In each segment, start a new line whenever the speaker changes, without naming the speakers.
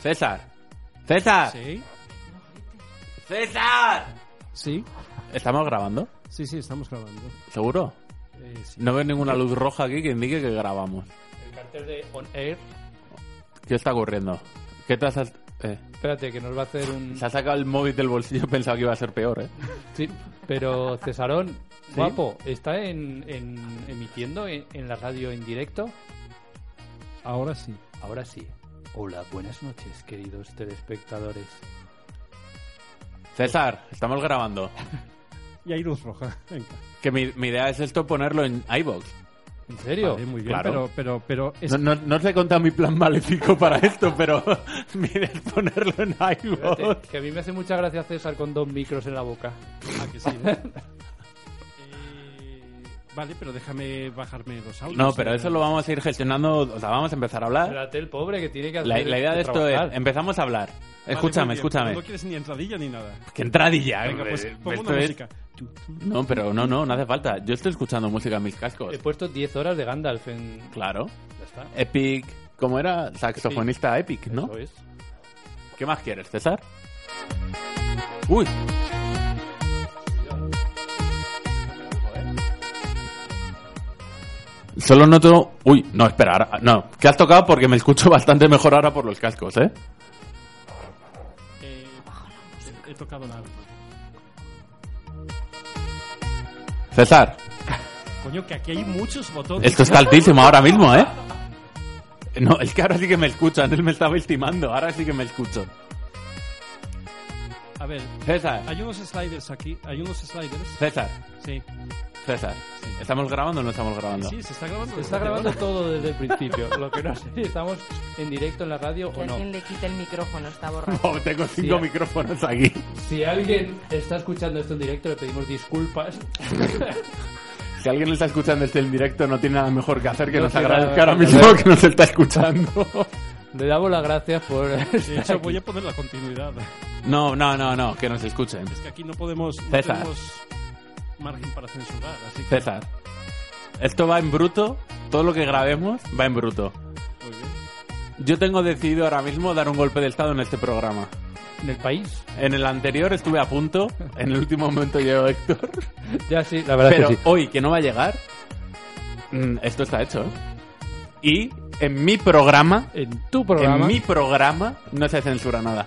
César. César.
Sí,
César.
sí,
¿Estamos grabando?
sí, sí, estamos grabando.
¿Seguro?
Eh, sí.
No veo ninguna luz roja aquí que indique que grabamos.
El cartel de On Air.
¿Qué está ocurriendo? ¿Qué te has... eh,
Espérate, que nos va a hacer un.
se ha sacado el móvil del bolsillo, pensaba que iba a ser peor, ¿eh?
Sí, pero Cesarón, guapo, ¿está en, en- emitiendo en, en la radio en directo?
Ahora sí.
Ahora sí. Hola, buenas noches, queridos telespectadores.
César, estamos grabando.
Y hay luz roja. Venga.
Que mi, mi idea es esto ponerlo en iBox.
¿En serio?
Vale, muy bien,
claro.
pero, pero, pero es
No, no, no os he contado mi plan maléfico para esto, pero mi idea es ponerlo en
Espérate,
iBox.
que a mí me hace mucha gracia César con dos micros en la boca.
Ah, que sí, ¿no? Eh, Vale, pero déjame bajarme los audios.
No, pero
Eh,
eso lo vamos a ir gestionando. O sea, vamos a empezar a hablar.
Espérate, el pobre que tiene que hacer.
Ah. La, la idea de esto es:
trabajar.
empezamos a hablar.
vale,
Escúchame,
muy bien,
escúchame.
pero No quieres ni entradilla ni nada.
Que entradilla.
Venga, pues
eh,
pongo
esto
una
es-
música. Tu, tu.
No, pero no, no, no hace falta. Yo estoy escuchando música en mis cascos.
He puesto 10 horas de Gandalf en.
Claro.
Ya está.
Epic. ¿Cómo era? Saxofonista Epic, ¿no?
Eso es.
¿Qué más quieres, César? ¡Uy! Solo noto. Uy, no, espera, ahora- no. ¿Qué has tocado? Porque me escucho bastante mejor ahora por los cascos, ¿eh?
Eh, he tocado la arma.
César,
Coño, que aquí hay muchos botones.
esto está altísimo ahora mismo, ¿eh? No, es que ahora sí que me escucho. Antes me estaba estimando, ahora sí que me escucho.
A ver,
César,
hay unos sliders aquí. Hay unos sliders.
César,
Sí.
César. ¿Estamos grabando o no estamos grabando?
Sí, se está grabando.
Se está grabando todo desde el principio. Lo que no sé si estamos en directo en la radio
Que
o no.
alguien le quite el micrófono, está borrado.
Oh, tengo cinco
Sí.
micrófonos aquí.
Si alguien está escuchando esto en directo, le pedimos disculpas.
Si alguien lo está escuchando este en directo, no tiene nada mejor que hacer que
No
nos
tiene
agradezca
nada
ahora
mejor que
mismo
hacer.
que nos está escuchando.
Le damos las gracias por.
De hecho, voy a poner la continuidad.
No, no, no, no, que nos escuchen.
Es que aquí no podemos. no
César.
tenemos margen para censurar, así que.
César, esto va en bruto, todo lo que grabemos va en bruto.
Muy bien.
Yo tengo decidido ahora mismo dar un golpe de estado en este programa.
En el país.
En el anterior estuve a punto, en el último momento llegó Héctor,
Ya sí, la verdad
pero
es que sí.
hoy que no va a llegar, mm, esto está hecho. ¿eh? Y en mi programa,
En tu programa
en mi programa, no se censura nada.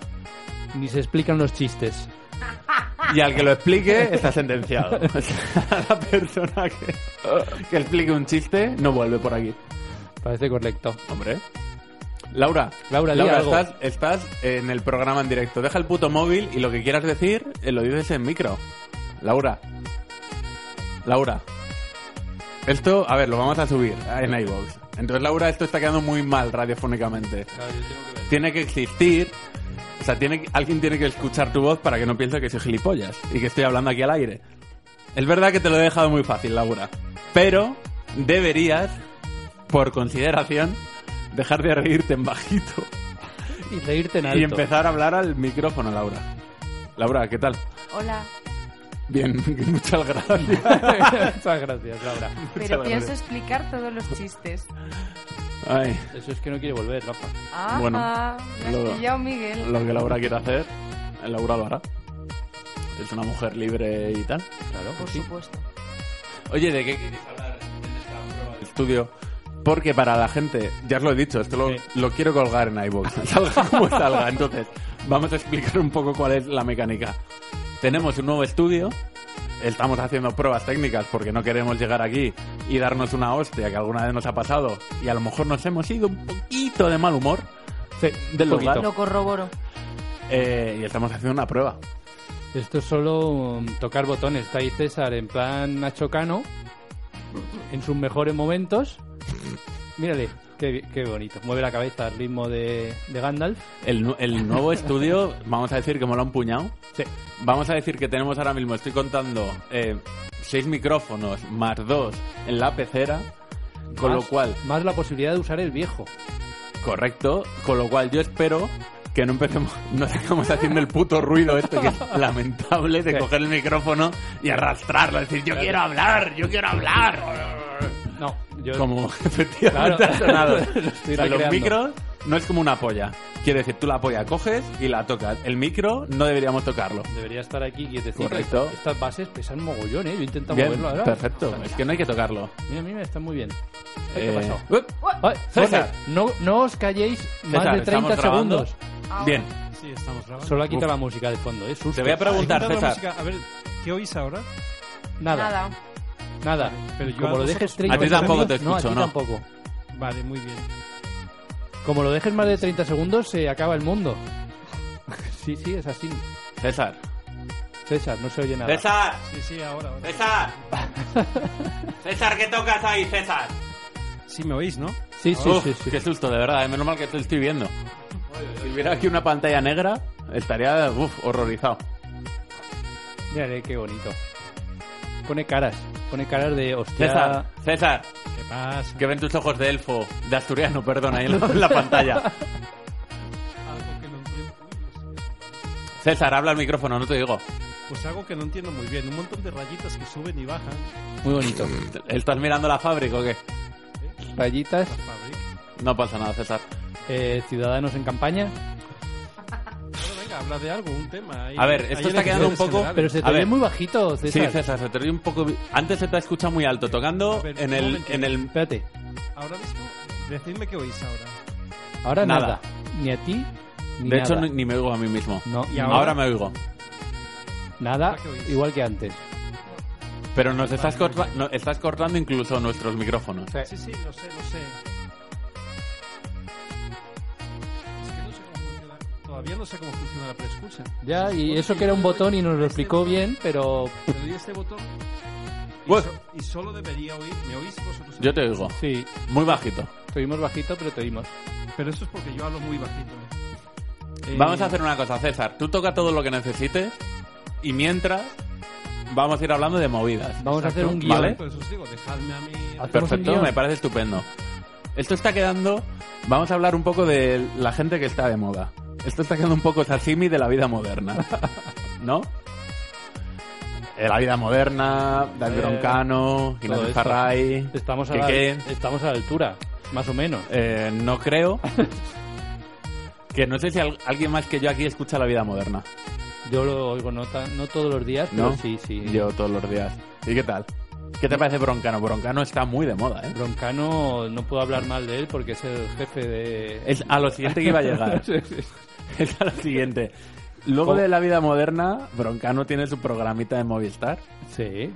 ni se explican los chistes.
Y al que lo explique está sentenciado. O sea, la persona que, que explique un chiste no vuelve por aquí.
Parece correcto.
Hombre. Laura,
Laura, di algo.
estás, estás en el programa en directo. Deja el puto móvil y lo que quieras decir eh, lo dices en micro. Laura. Laura. Esto, a ver, lo vamos a subir en iVoox. Entonces, Laura, esto está quedando muy mal radiofónicamente. Tiene que existir... O sea, tiene, que- alguien tiene que escuchar tu voz para que no piense que soy gilipollas y que estoy hablando aquí al aire. Es verdad que te lo he dejado muy fácil, Laura. Pero deberías, por consideración, dejar de reírte en bajito
Y reírte en alto.
y empezar a hablar al micrófono, Laura. Laura, ¿qué tal?
Hola,
Bien, muchas gracias.
Muchas gracias, Laura.
pero
Muchas
pienso
gracias.
explicar todos los chistes.
Ay,
Eso es que no quiere volver, Rafa.
Ah,
Bueno,
me has
lo-
pillado, Miguel.
lo que Laura quiere hacer, Laura lo hará. Es una mujer libre y tal.
Claro,
Por
sí.
supuesto.
Oye, ¿de qué queréis hablar en esta prueba de estudio? Porque para la gente, ya os lo he dicho, esto lo,
Sí.
lo quiero colgar en iVoox, salga como salga. Entonces, vamos a explicar un poco cuál es la mecánica. Tenemos un nuevo estudio, estamos haciendo pruebas técnicas porque no queremos llegar aquí y darnos una hostia que alguna vez nos ha pasado y a lo mejor nos hemos ido un poquito de mal humor del
un poquito.
lugar
Lo corroboro.
Eh, y estamos haciendo una prueba.
Esto es solo mm, tocar botones. Está ahí César en plan Nacho Cano, en sus mejores momentos. Mírale, qué, qué bonito. Mueve la cabeza al ritmo de, de Gandalf.
El, nu- el nuevo estudio, vamos a decir que mola un puñado.
Sí.
Vamos a decir que tenemos ahora mismo, estoy contando, eh, seis micrófonos más dos en la pecera, con lo
Más-
cual,
Más la posibilidad de usar el viejo.
correcto, con lo cual yo espero que no empecemos, no sigamos haciendo el puto ruido este que es lamentable de
Sí.
coger el micrófono y arrastrarlo, decir yo quiero hablar, yo quiero hablar.
No, yo.
Como efectivamente
Claro.
ha sonado.
Lo estoy
O sea, los
recreando.
micros no es como una polla. Quiere decir, tú la polla coges y la tocas. El micro no deberíamos tocarlo.
Debería estar aquí quietecito.
Correcto.
Estas, estas bases pesan mogollón, ¿eh? Yo intento
Bien,
moverlo ahora.
perfecto. Es que no hay que tocarlo.
Mira, mira, está muy bien. Ay, ¿Qué
Eh,
pasó?
¡up!
Ay,
César.
César, no, no os calléis más
César,
de 30
estamos grabando.
segundos.
Bien,
Sí, estamos grabando.
Solo ha quitado
Uf.
la música de fondo, ¿eh? Sustos.
te voy a preguntar,
Quitad la
César.
música. A ver, ¿qué oís ahora?
Nada, nada.
Nada.
Pero
Pero yo a
Como lo
vosotros-
dejes 30
A ti tampoco te
segundos- no, a ti
escucho, ¿no?
tampoco.
Vale, muy bien.
Como lo dejes más de 30 segundos, se acaba el mundo. sí, sí, es así.
César.
César, no se oye nada.
César.
Sí, sí, ahora, ahora.
César. César, ¿qué tocas ahí, César?
Sí, me oís, ¿no?
Sí, sí,
Uf,
sí, sí.
Qué susto, de verdad. eh, Menos mal que te estoy viendo. Si hubiera aquí una pantalla negra, estaría uf, horrorizado.
Mírale, qué bonito. Pone caras, pone caras de hostia.
César, César,
¿Qué pasa?
que ven tus ojos de elfo, de asturiano, perdón, ahí en la, en la pantalla.
Algo que no entiendo. Uy, no sé qué es.
César, habla al micrófono, no te digo.
Pues algo que no entiendo muy bien. Un montón de rayitas que suben y bajan.
Muy bonito.
¿Estás mirando la fábrica o qué?
Rayitas,
Fabric.
No pasa nada, César.
eh, ciudadanos en campaña.
Bueno, venga, habla de algo, un tema. Ahí-
A ver, esto
ahí
está
en
quedando
el
un poco-
general.
Pero se te
A
oye
ver.
muy bajito, César.
Sí, César, se te oye un poco... vi- Antes se te ha escuchado muy alto, tocando
A ver,
en
un
el...
momento.
En el...
Espérate,
Ahora mismo, decidme qué oís ahora.
ahora
Nada.
nada. Ni a ti, ni
De
nada.
hecho, ni, ni me oigo a mí mismo.
No,
Y
Ahora,
ahora-
me oigo.
nada,
¿Ahora Ah, qué oís?
igual que antes.
Pero nos estás, corta- no- estás cortando incluso nuestros micrófonos.
Sí, sí, lo sé, lo sé. Es que no sé cómo funciona. Todavía no sé cómo funciona la preescucha.
Ya, y eso que era un botón y nos lo explicó bien, pero
Le doy este botón y,
Uf.
so- y solo debería oír. ¿Me oís vosotros?
Yo te oigo.
sí,
Muy bajito.
te oímos bajito, pero te oímos.
Pero eso es porque yo hablo muy bajito. Eh,
Vamos a hacer una cosa, César. Tú toca todo lo que necesites y mientras vamos a ir hablando de movidas.
Vamos a
Eh,
hacer un guión.
Vale.
Por eso os digo, dejadme a mí.
Hacemos un
Perfecto,
guión.
me parece estupendo. Esto está quedando... Vamos a hablar un poco de la gente que está de moda. Esto está quedando un poco sashimi de la vida moderna. ¿No? Eh, La vida moderna, David
Eh,
Broncano,
todo
Ignacio
esto.
Farray...
Estamos a,
¿Qué,
la,
qué?
estamos a la altura, más o menos.
Eh, no creo. que no sé si al- alguien más que yo aquí escucha la vida moderna.
Yo lo oigo no, tan- no todos los días, pero
¿No?
sí, sí.
Yo todos los días. ¿Y qué tal? ¿Qué te parece Broncano? Broncano está muy de moda, ¿eh?
Broncano, no puedo hablar mal de él porque es el jefe de...
Es a lo siguiente que iba a llegar.
Sí, sí.
es a lo siguiente. Luego
¿Cómo?
de la vida moderna, Broncano tiene su programita de Movistar.
Sí.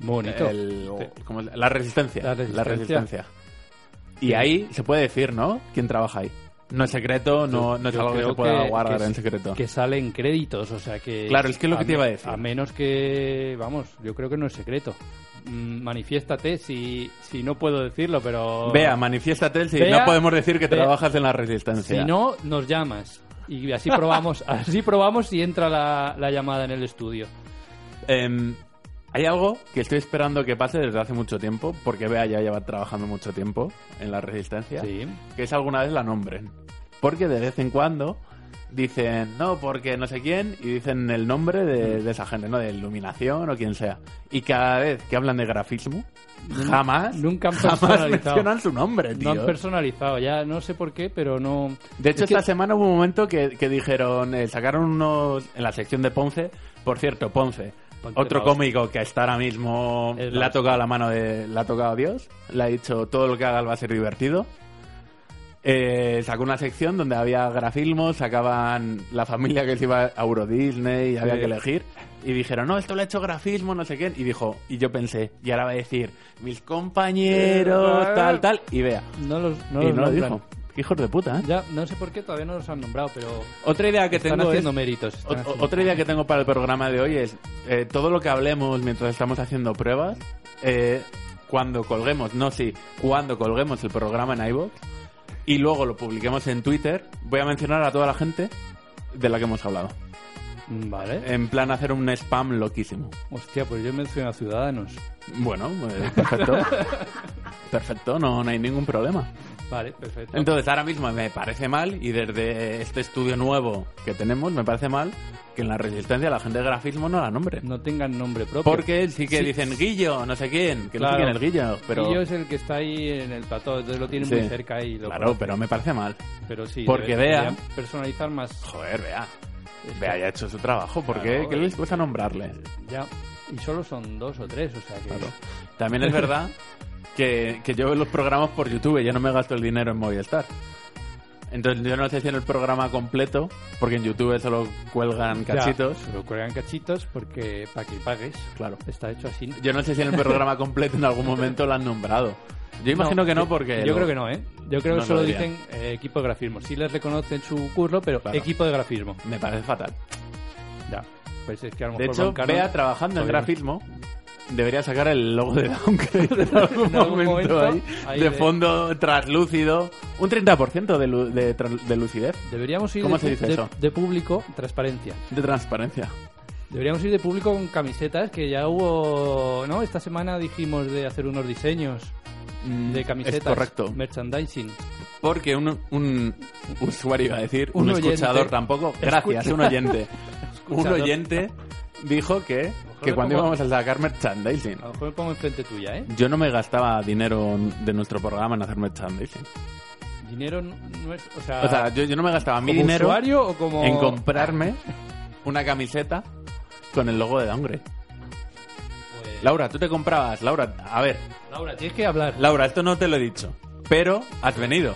Muy bonito.
El- ¿cómo es? la, resistencia,
La Resistencia.
Resistencia. Y ahí se puede decir, ¿no? ¿Quién trabaja ahí? No es secreto, no, no es
Yo
algo que
creo
se pueda guardar
que-
en secreto.
Que salen créditos, o sea que...
Claro, es que es lo que te
me-
iba a decir.
A menos que, vamos, yo creo que no es secreto. Mm, manifiéstate si, si no puedo decirlo, pero...
Vea, manifiéstate si
Bea,
no podemos decir que
Bea.
trabajas en la resistencia.
Si no, nos llamas. Y así probamos, así probamos si entra la, la llamada en el estudio.
Em, hay algo que estoy esperando que pase desde hace mucho tiempo, porque Bea ya lleva trabajando mucho tiempo en la resistencia,
Sí.
que es alguna vez la nombren. Porque de vez en cuando dicen, no, porque no sé quién, y dicen el nombre
Mm.
de, de esa gente, ¿no? De iluminación o quien sea. Y cada vez que hablan de grafismo, jamás,
nunca han
jamás
personalizado.
mencionan su nombre,
No
tío.
han personalizado, ya no sé por qué, pero no.
De hecho,
Es que-
esta semana hubo un momento que, que dijeron, eh, sacaron unos en la sección de Ponce, por cierto, Ponce,
Ponce
otro
la hostia.
cómico que hasta ahora mismo
Es
le
la
ha tocado la mano de, le ha tocado Dios, le ha dicho todo lo que haga va a ser divertido. Eh, sacó una sección donde había grafismos, sacaban la familia que se iba a Euro Disney y había
Sí.
que elegir. Y dijeron, no, esto lo ha hecho grafismo, no sé qué. Y dijo, y yo pensé, y ahora va a decir, mis compañeros, tal, tal, y vea.
No los, no
y
los
no lo
nombran.
dijo. Qué Hijos de puta, ¿eh?
Ya, no sé por qué todavía no los han nombrado, pero
Otra idea que
están
tengo es-
haciendo méritos. están
o-
haciendo-
otra idea que tengo para el programa de hoy es eh, todo lo que hablemos mientras estamos haciendo pruebas, eh, cuando colguemos, no sí, cuando colguemos el programa en iVoox y luego lo publiquemos en Twitter, voy a mencionar a toda la gente de la que hemos hablado.
Mm, Vale.
En plan hacer un spam loquísimo.
Hostia, pues yo menciono a Ciudadanos.
Bueno, eh, perfecto. perfecto, no, no hay ningún problema.
Vale, perfecto.
Entonces, ahora mismo me parece mal, y desde este estudio nuevo que tenemos, me parece mal que en la resistencia la gente de grafismo no la nombre.
no tengan nombre propio.
Porque sí que
Sí.
dicen Guillo, no sé quién, que no
Claro.
sé quién es Guillo, pero...
Guillo es el que está ahí en el plató, entonces lo tienen
Sí.
muy cerca y lo
Claro,
conocen.
pero me parece mal.
Pero sí,
porque
deberían
vean-
personalizar más.
Joder, vea. Vea, ya ha hecho su trabajo, ¿por qué?
Claro,
¿Qué les
eh,
cuesta nombrarle?
Ya. Y solo son dos o tres, o sea que.
Claro. También es verdad que, que yo veo los programas por YouTube, yo no me gasto el dinero en Movistar. Entonces yo no sé si en el programa completo, porque en YouTube solo cuelgan
Ya,
cachitos.
se lo cuelgan cachitos porque para que pagues.
Claro.
Está hecho así.
Yo no sé si en el programa completo en algún momento lo han nombrado. Yo imagino que no, porque...
Yo
lo-
creo que no, ¿eh? Yo creo
No
que solo
lo
dicen eh, equipo de grafismo. Sí les reconocen su curro, pero
Claro.
equipo de grafismo.
Me parece fatal.
Ya. Pues es que a lo
De
mejor
hecho,
Van Carlos-
Bea trabajando en
Todavía no.
grafismo debería sacar el logo de Downcrest en algún,
En algún
momento,
momento,
ahí,
ahí
de
de-
fondo translúcido. Un 30% de, lu- de tran- de lucidez,
Deberíamos ir
¿Cómo
de,
se dice
de-
eso?
de público, transparencia.
de transparencia.
Deberíamos ir de público con camisetas, que ya hubo, ¿no? Esta semana dijimos de hacer unos diseños
Mm,
de camisetas.
Es correcto.
Merchandising.
Porque un, un usuario, iba a decir, un,
Un oyente.
escuchador tampoco. Gracias, un oyente. un
Escuchador.
oyente dijo que,
mejor
que
le
cuando
pongo-
íbamos a sacar merchandising,
A lo mejor me pongo enfrente tuya, ¿eh?
yo no me gastaba dinero de nuestro programa en hacer merchandising.
Dinero no no es... O sea,
O sea, yo, yo no me gastaba mi
¿como
dinero
usuario o como...?
en comprarme una camiseta con el logo de Downgrade.
Pues,
Laura, tú te comprabas, Laura, a ver,
Laura, tienes que hablar.
Laura, esto no te lo he dicho, pero has venido.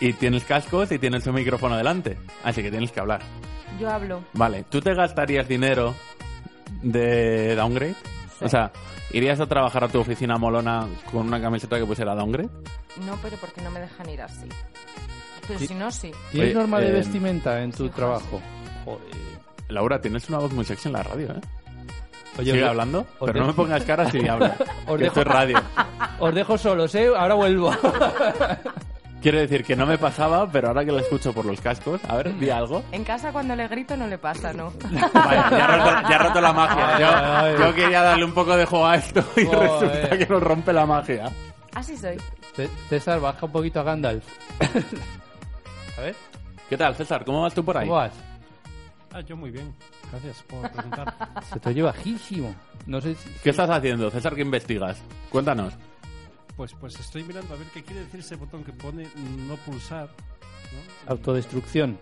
Y tienes cascos y tienes un micrófono delante, así que tienes que hablar.
Yo hablo.
Vale, ¿tú te gastarías dinero de Downgrade? O sea, ¿irías a trabajar a tu oficina molona con una camiseta que pusiera Downgrade?
No, pero porque no me dejan ir así. Pero
Sí.
si no, sí.
¿Tienes
Oye,
norma
eh,
de vestimenta en tu
sí,
trabajo? Joder.
Laura, tienes una voz muy sexy en la radio, ¿eh?
Oye,
Sigue
os-
hablando,
os
pero no
dejo-
me pongas cara si hablas.
Os
que esto
dejo-
es radio.
Os dejo solos, ¿eh? Ahora vuelvo.
Quiero decir que no me pasaba, pero ahora que la escucho por los cascos, a ver, di algo.
En casa cuando le grito no le pasa, ¿no?
Vaya, ya ha roto, ya ha roto la magia.
Ay,
Yo,
ay.
yo quería darle un poco de juego a esto y
Joder.
resulta que nos rompe la magia.
Así soy.
C- César, baja un poquito a Gandalf. a ver,
¿Qué tal, César? ¿Cómo vas tú por ahí?
¿cómo vas?
Ah, yo muy bien. Gracias por preguntar.
Se te oye bajísimo. No sé si...
¿Qué estás haciendo, César? ¿Qué investigas? Cuéntanos.
Pues, pues estoy mirando a ver qué quiere decir ese botón que pone no pulsar. ¿no?
Autodestrucción.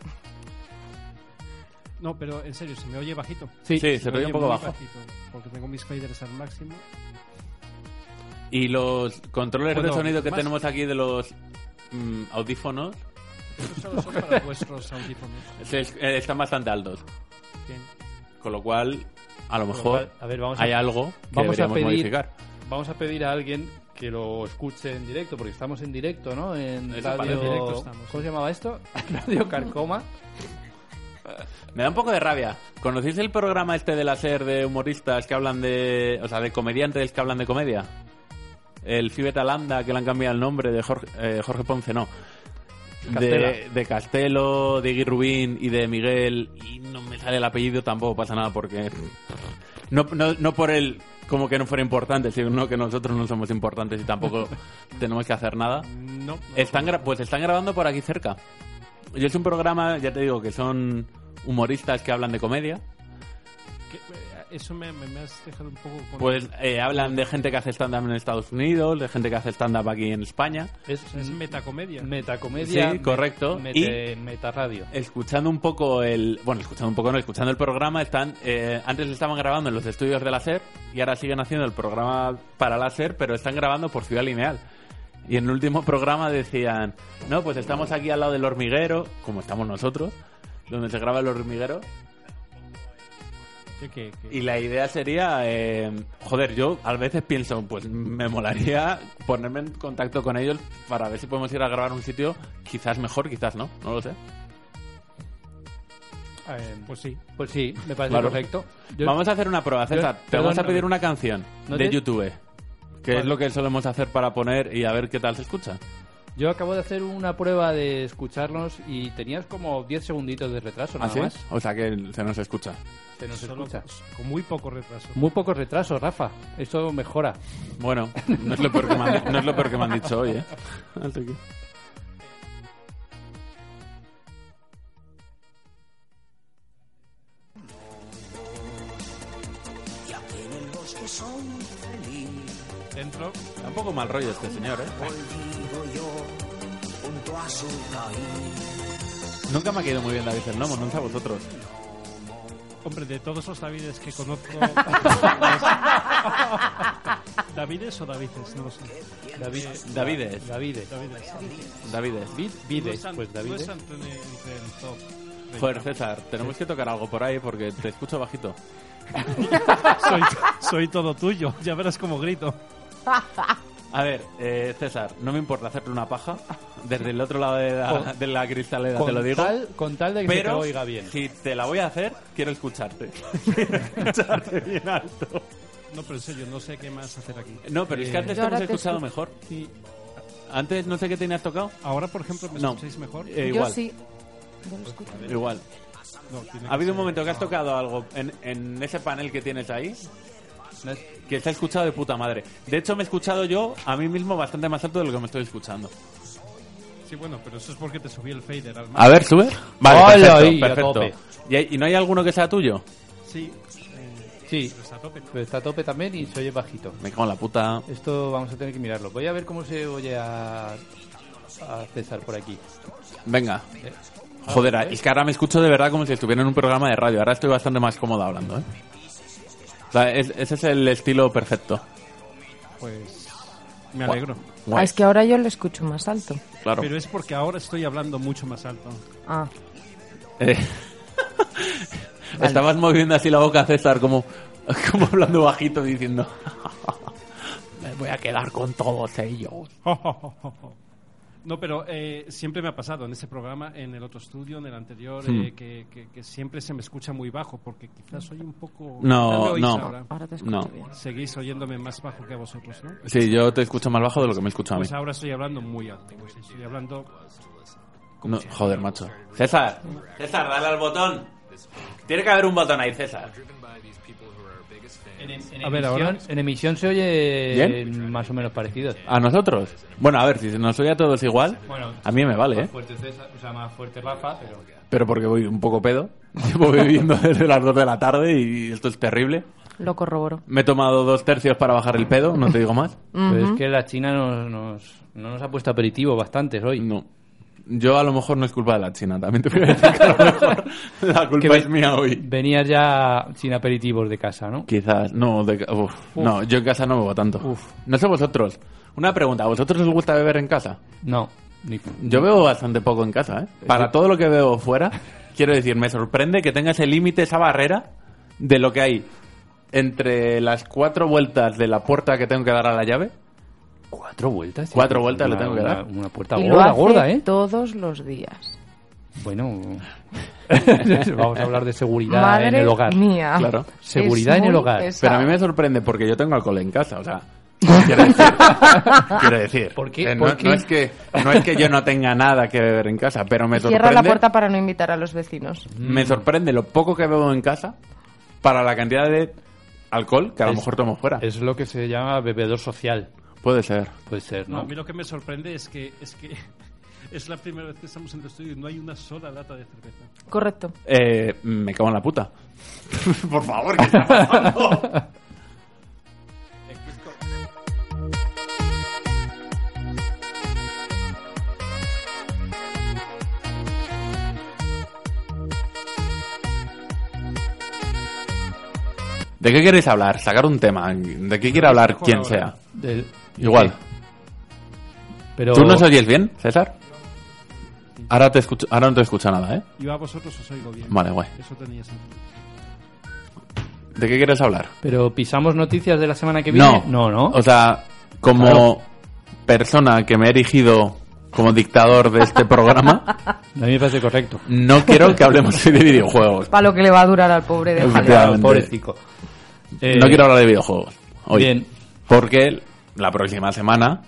No, pero en serio, se me oye bajito.
Sí, se te oye un poco
muy
bajo.
bajito, porque tengo mis faders al máximo.
Y los controles de
Bueno,
sonido que
más.
tenemos aquí de los mm, audífonos
Estos solo son para vuestros audífonos.
se- eh, están bastante altos.
Bien.
Con lo cual, a lo
Con lo
mejor
cual, a ver, vamos a-
hay algo que
vamos a
deberíamos
pedir-
modificar.
Vamos a pedir a alguien que lo escuche en directo, porque estamos en directo, ¿no? En
Eso
radio...
parece.
En directo estamos,
¿Cómo se llamaba esto? Radio Carcoma.
Me da un poco de rabia. ¿Conocéis el programa este de la SER de humoristas que hablan de. O sea, de comediantes que hablan de comedia? El Fibeta Lambda, que le han cambiado el nombre, de Jorge, eh, Jorge Ponce, no. De,
Castela.
de Castelo, de Iggy Rubín y de Miguel. Y no me sale el apellido, tampoco pasa nada porque. No, no, no por él como que no fuera importante, sino que nosotros no somos importantes y tampoco tenemos que hacer nada.
No, no
Están gra- pues están grabando por aquí cerca. Y es un programa, ya te digo, que son humoristas que hablan de comedia.
que- eh, eso me, me- me has dejado un poco con...
Pues eh, hablan de gente que hace stand-up en Estados Unidos, de gente que hace stand-up aquí en España.
Es,
es metacomedia.
metacomedia.
Sí, correcto.
Mete, Metarradio.
Escuchando un poco el... Bueno, escuchando un poco no, escuchando el programa, están... eh, antes lo estaban grabando en los estudios de la SER y ahora siguen haciendo el programa para la SER, pero están grabando por Ciudad Lineal. Y en el último programa decían, no, pues estamos aquí al lado del hormiguero, como estamos nosotros, donde se graba el hormiguero,
¿Qué, qué, qué?
Y la idea sería, eh, joder, yo a veces pienso, pues me molaría ponerme en contacto con ellos para ver si podemos ir a grabar un sitio quizás mejor, quizás no, no lo sé.
Eh, pues,
Pues sí.
pues sí, me parece
Claro.
correcto. Yo-
vamos a hacer una prueba, César.
yo-
Te vamos a
perdóname.
pedir una canción
¿No
de
te-
YouTube, que es
Vale.
lo que solemos hacer para poner y a ver qué tal se escucha.
Yo acabo de hacer una prueba de escucharnos y tenías como 10 segunditos de retraso nada
¿Así?
más.
¿Ah, O sea que se nos escucha.
Se nos
Solo pues,
escucha.
con muy poco retraso.
Muy pocos retrasos, Rafa. Eso mejora.
Bueno, no es lo peor que me han, no es lo peor que me han dicho hoy, ¿eh? Así que-
que soy feliz.
Dentro.
Da un poco mal rollo este señor, ¿eh?
Olvido yo junto a su raíz.
Nunca me ha quedado muy bien David el Nomo, no sé a vosotros.
Hombre, de todos los Davides que conozco. es- ¿Davides o Davides? No lo sé.
David,
Davides.
Davides.
Davides.
Davides.
Vid- Vides,
No es
pues
tan- No
Davides.
es tan entre entre el top.
Joder, César, tenemos que tocar algo por ahí porque te escucho bajito.
Soy, soy todo tuyo. Ya verás cómo grito.
A ver, eh, César, no me importa hacerle una paja desde el otro lado de la,
Con-
de la cristalera,
Con
te lo digo.
Tal, con tal de que se te
pero
oiga bien.
si te la voy a hacer, quiero escucharte. Quiero escucharte bien alto.
No, pero en serio, no sé qué más hacer aquí.
No, pero es que antes
Yo
te hemos
ahora te
escuchado
escucho.
mejor. Antes no sé qué tenías tocado.
Ahora, por ejemplo, ¿me
No.
escucháis mejor?
Eh,
Yo
igual,
sí. Yo lo escucho.
igual.
No,
Ha
tiene que
habido un
ser-
momento que has tocado algo en, en ese panel que tienes ahí
No es-
que se ha escuchado de puta madre. De hecho, me he escuchado yo a mí mismo bastante más alto de lo que me estoy escuchando.
Sí, bueno, pero eso es porque te subí el fader al
A
mar.
ver, sube. Vale,
Hola,
perfecto,
ahí, a
perfecto.
tope.
¿Y, hay- y no hay alguno que sea tuyo?
Sí. eh,
Sí,
pero está a tope.
pero está a tope también y se oye bajito.
Me cago en la puta.
Esto vamos a tener que mirarlo. Voy a ver cómo se oye a, a César por aquí.
Venga. Joder, eh. es que ahora me escucho de verdad como si estuviera en un programa de radio. Ahora estoy bastante más cómodo hablando, ¿eh? O sea, es- ese es el estilo perfecto.
Pues me alegro.
Guay,
Ah, es que ahora yo lo escucho más alto.
claro.
Pero es porque ahora estoy hablando mucho más alto.
Ah,
Eh. Estabas moviendo así la boca, César, como, como hablando bajito, diciendo... me voy a quedar con todos ellos.
No, pero eh, siempre me ha pasado en ese programa, en el otro estudio, en el anterior,
Hmm.
eh, que, que- que siempre se me escucha muy bajo, porque quizás soy un poco... ¿Qué tal me
No,
oís
no.
ahora?
ahora te escucho
No.
bien.
Seguís oyéndome más bajo que a vosotros, ¿no?
Sí, yo te escucho más bajo de lo que me escucho a mí.
Pues ahora estoy hablando muy alto. pues Estoy hablando...
No, joder, macho. César, César, dale al botón. Tiene que haber un botón ahí, César.
a ver, ahora. En emisión se oye
¿Bien?
más o menos parecido.
¿A nosotros? Bueno, a ver, si nos oye a todos igual,
Bueno.
a mí me vale, ¿eh?
fuerte César, o sea, más fuerte Rafa, pero...
Pero porque voy un poco pedo. Llevo bebiendo desde las 2 de la tarde y esto es terrible.
Lo corroboro.
Me he tomado dos tercios para bajar el pedo, no te digo más.
Pero es que la China nos, nos- no nos ha puesto aperitivo bastantes hoy.
No. Yo a lo mejor no es culpa de la China, también te voy a decir que a lo mejor la culpa
ve-
es mía hoy.
Venías ya sin aperitivos de casa, ¿no?
Quizás, no, de ca- uf, no, yo en casa no bebo tanto. No sé vosotros. Una pregunta, ¿a vosotros os gusta beber en casa?
No. Ni-
Yo veo bastante poco en casa, ¿eh? Para todo lo que veo fuera, quiero decir, me sorprende que tenga ese límite, esa barrera de lo que hay entre las cuatro vueltas de la puerta que tengo que dar a la llave.
Cuatro vueltas. ¿eh?
Cuatro vueltas le
Una-
tengo que
una-
dar.
Una puerta
y lo
gorda,
hace
gorda, ¿eh?
todos los días.
Bueno. Vamos a hablar de seguridad
Madre
en el hogar.
mía.
Claro.
Es
Seguridad en el
muy
hogar. Pero
Pero a
pesado.
mí me sorprende porque yo tengo alcohol en casa, o sea... Quiero decir, quiero decir,
¿Por qué?
eh, no,
¿Por qué?
no es que, no es que yo no tenga nada que beber en casa, pero me sorprende...
Cierra la puerta Mm. para no invitar a los vecinos.
Me sorprende lo poco que bebo en casa para la cantidad de alcohol que a lo
Es-
mejor tomo fuera.
Es lo que se llama bebedor social.
Puede ser.
Puede ser,
No,
¿no?
a mí lo que me sorprende es que es que es la primera vez que estamos en el estudio y no hay una sola lata de cerveza.
Correcto.
Eh, me cago en la puta. Por favor, ¿qué está pasando? ¿De qué queréis hablar? Sacar un tema. ¿De qué quiere hablar
mejor
quien
ahora.
sea?
Del-
Igual.
Pero...
¿Tú nos oyes bien, César? Ahora, te escucho, ahora no te escucho nada, ¿eh?
Yo a vosotros os oigo bien.
Vale, guay.
Eso tenía sentido.
¿De qué quieres hablar?
Pero pisamos noticias de la semana que viene. no.
O sea, como
Claro.
persona que me he erigido como dictador de este programa,
A mí me parece correcto.
no quiero que hablemos hoy de videojuegos.
Para lo que le va a durar al pobre de
Efectivamente.
Jaleo.
Pobrecito. Eh,
no quiero hablar de videojuegos hoy.
bien.
Porque la próxima semana,
Eh,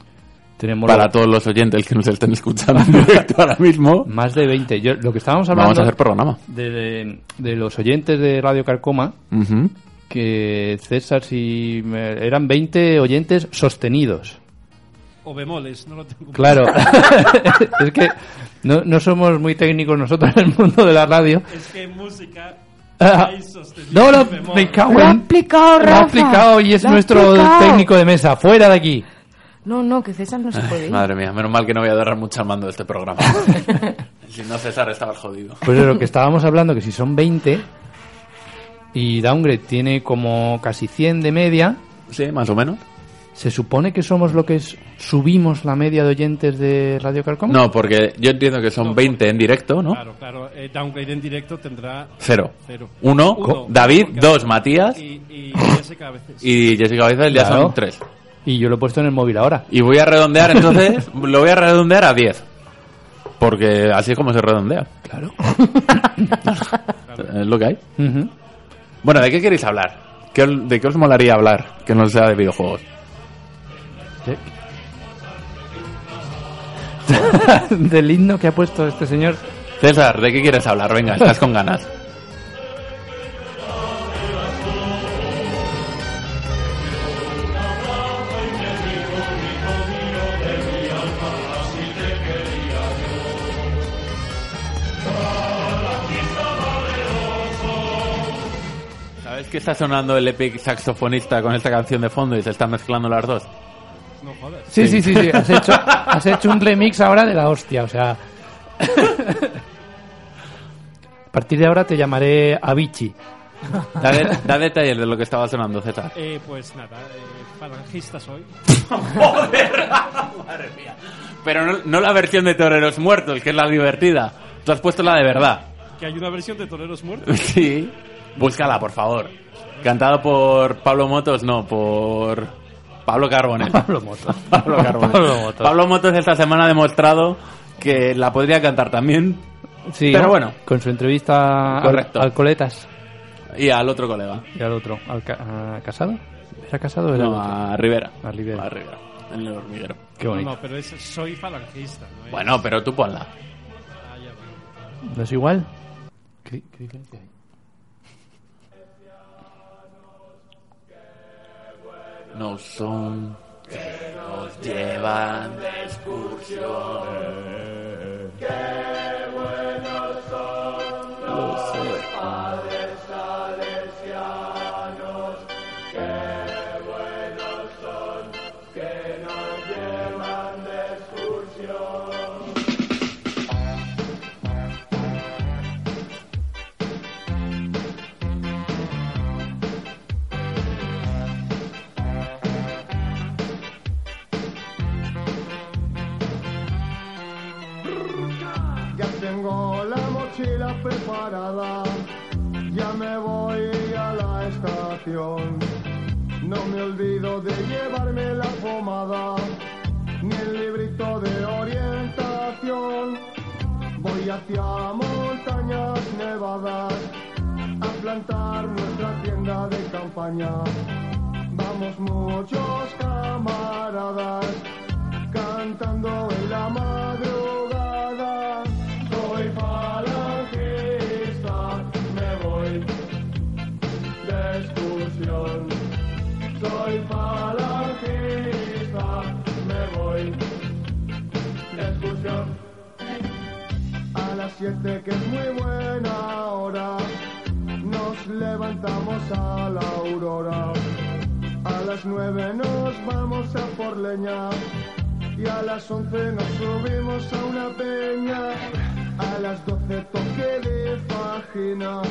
Tenemos
para todos los oyentes que nos estén escuchando en directo ahora mismo,
más de 20. Yo, lo que estábamos
vamos
hablando
a hacer programa.
de, de- de los oyentes de Radio Carcoma,
Ujú.
que César, si me- eran 20 oyentes sostenidos.
O bemoles, no lo tengo.
Claro. es que no, no somos muy técnicos nosotros en el mundo de la radio.
Es que música
Ah, no, lo me cago en-
Lo ha explicado,
Lo ha
Rafa.
explicado y es
Lo ha
nuestro
explicado.
técnico de mesa. Fuera de aquí.
No, no, que César no se puede ir.
Madre mía, menos mal que no voy a adorar mucho al mando de este programa. si no, César estaba jodido.
Pues de lo que estábamos hablando, que si son 20 y Downgrade tiene como casi 100 de media,
Sí, más o menos.
¿se supone que somos lo que es, subimos la media de oyentes de Radio Carcom?
No, porque yo entiendo que son 20 en directo, ¿no?
Claro, claro. eh, downgrade en directo tendrá
Cero.
cero.
Uno,
Uno,
David,
porque-
dos, Matías
Y, y Jessica a veces.
y Jessica Baizal ya
Claro.
son tres.
Y yo lo he puesto en el móvil ahora.
Y voy a redondear entonces, lo voy a redondear a 10. Porque así es como se redondea.
Claro.
Es lo que hay. Bueno, ¿de qué queréis hablar? ¿Qué os- ¿De qué os molaría hablar que no sea de videojuegos?
Del himno que ha puesto este señor.
César, ¿de qué quieres hablar? Venga, estás con ganas. ¿Sabes que está sonando el epic saxofonista con esta canción de fondo y se están mezclando las dos?
No jodas.
Sí, sí, sí, sí. Has, hecho, has hecho un remix ahora de la hostia, o sea. A partir de ahora te llamaré Avicii.
Da, de- da detalles de lo que estaba sonando, César.
Eh, pues nada, eh, falangista soy.
Pero no, no la versión de Toreros Muertos, que es la divertida. Tú has puesto la de verdad.
Que hay una versión de Toreros Muertos.
Sí. Búscala, por favor. Cantado por Pablo Motos, no, por Pablo Carbonell.
Pablo Motos.
Pablo Carbonell.
Pablo Motos.
Pablo Motos esta semana ha demostrado que la podría cantar también.
Sí,
Pero bueno.
Con su entrevista al,
Correcto.
al Coletas
Y al otro colega.
y al otro. ¿Al ca- a Casado? ¿Era Casado o era
No,
el otro?
a Rivera.
A Rivera.
En el hormiguero.
Qué bonito.
No, pero es, soy falangista. ¿no? Eh, es-
Bueno, pero tú ponla.
Ah, ya veo.
¿No es igual?
No son que nos llevan de excursión. Qué buenos son los
Ya tengo la mochila preparada, ya me voy a la estación. No me olvido de llevarme la pomada, ni el librito de orientación. Voy hacia montañas nevadas, a plantar nuestra tienda de campaña. Vamos muchos camaradas, cantando en la madrugada. Soy falangista, me voy de excursión. Soy falangista, me voy de excursión. A las siete que es muy buena hora, nos levantamos a la aurora. A las nueve nos vamos a por leña y a las once nos subimos a una peña. A las doce toque de fajina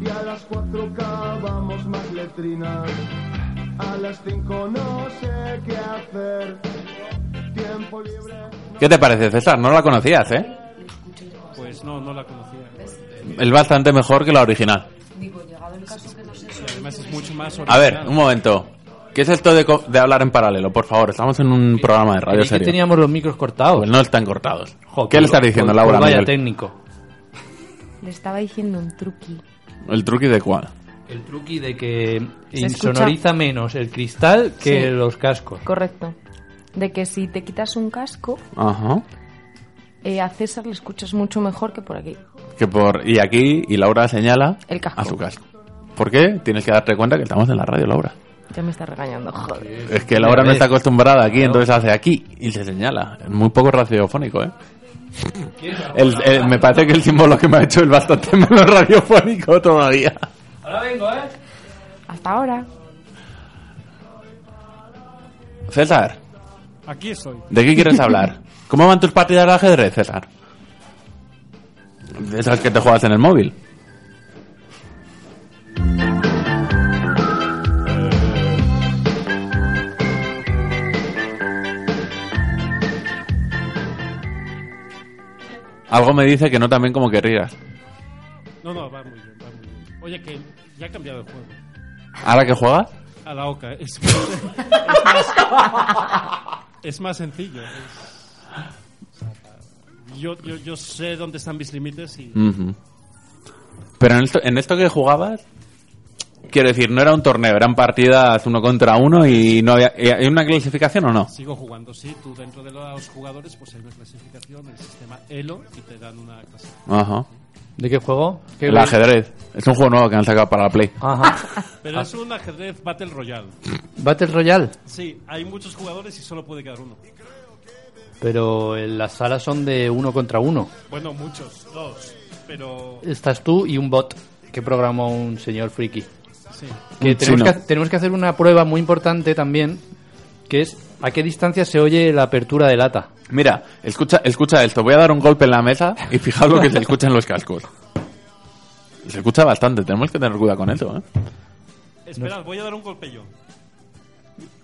y a las cuatro cavamos más letrinas. A las cinco no sé qué hacer. Tiempo libre. no-
¿Qué te parece, César? No la conocías, ¿eh?
Pues no, no la conocía.
Es bastante mejor que la original.
Digo, llegado el caso que no sé eso.
Además es mucho más
A ver,
original.
un momento. ¿Qué es esto de, co- de hablar en paralelo? Por favor, estamos en un programa de radio
Creí que
serio.
teníamos los micros cortados.
Pues no están cortados.
Joder,
¿Qué le estás diciendo,
pues-
Laura?
pues vaya
Miguel?
técnico.
Le estaba diciendo un truqui.
¿El truqui de cuál?
El truqui de que
Se escucha.
insonoriza menos el cristal que
Sí.
los cascos.
Correcto. De que si te quitas un casco,
Ajá.
eh, a César le escuchas mucho mejor que por aquí.
Que por, y aquí, y Laura señala
El casco.
a su casco. ¿Por qué? Tienes que darte cuenta que estamos en la radio, Laura.
Ya me está regañando, joder.
Es que Laura no
ves.
está acostumbrada aquí,
Claro.
entonces hace aquí y se señala. Es muy poco radiofónico, ¿eh? El- el- me parece que el símbolo que me ha hecho es bastante menos radiofónico todavía.
Ahora vengo, ¿eh?
Hasta ahora.
César,
Aquí estoy.
¿de qué quieres hablar? ¿Cómo van tus partidas de ajedrez, César? De esas que te juegas en el móvil. Algo me dice que no también como querrías.
No, no, va muy bien, va muy bien. Oye, que ya ha cambiado el juego.
¿Ahora que juegas?
A la oca. Es, es más, es más sencillo. es- yo, yo, yo sé dónde están mis límites y...
Ujú. Pero en esto, en esto que jugabas, quiero decir, no era un torneo, eran partidas uno contra uno y no había. ¿Hay una clasificación o no?
Sigo jugando, sí. Tú dentro de los jugadores pues hay una clasificación, el sistema ELO, y te dan una clasificación.
Ajá.
¿De qué juego? ¿Qué
El
ve-
ajedrez. Es un juego nuevo que han sacado para la Play.
Ajá.
Pero es un ajedrez Battle Royale.
Battle Royale.
Sí, hay muchos jugadores y solo puede quedar uno.
Pero eh, las salas son de uno contra uno.
Bueno, muchos, dos, pero...
Estás tú y un bot que programó un señor friki.
Sí.
Que
Un
tenemos, que,
chino.
ha- tenemos que hacer una prueba muy importante también, que es a qué distancia se oye la apertura de lata.
Mira, escucha, escucha esto. Voy a dar un golpe en la mesa y fijaos lo que se escucha en los cascos. Se escucha bastante, tenemos que tener cuidado con eso, ¿eh?
Esperad, voy a dar un golpe yo.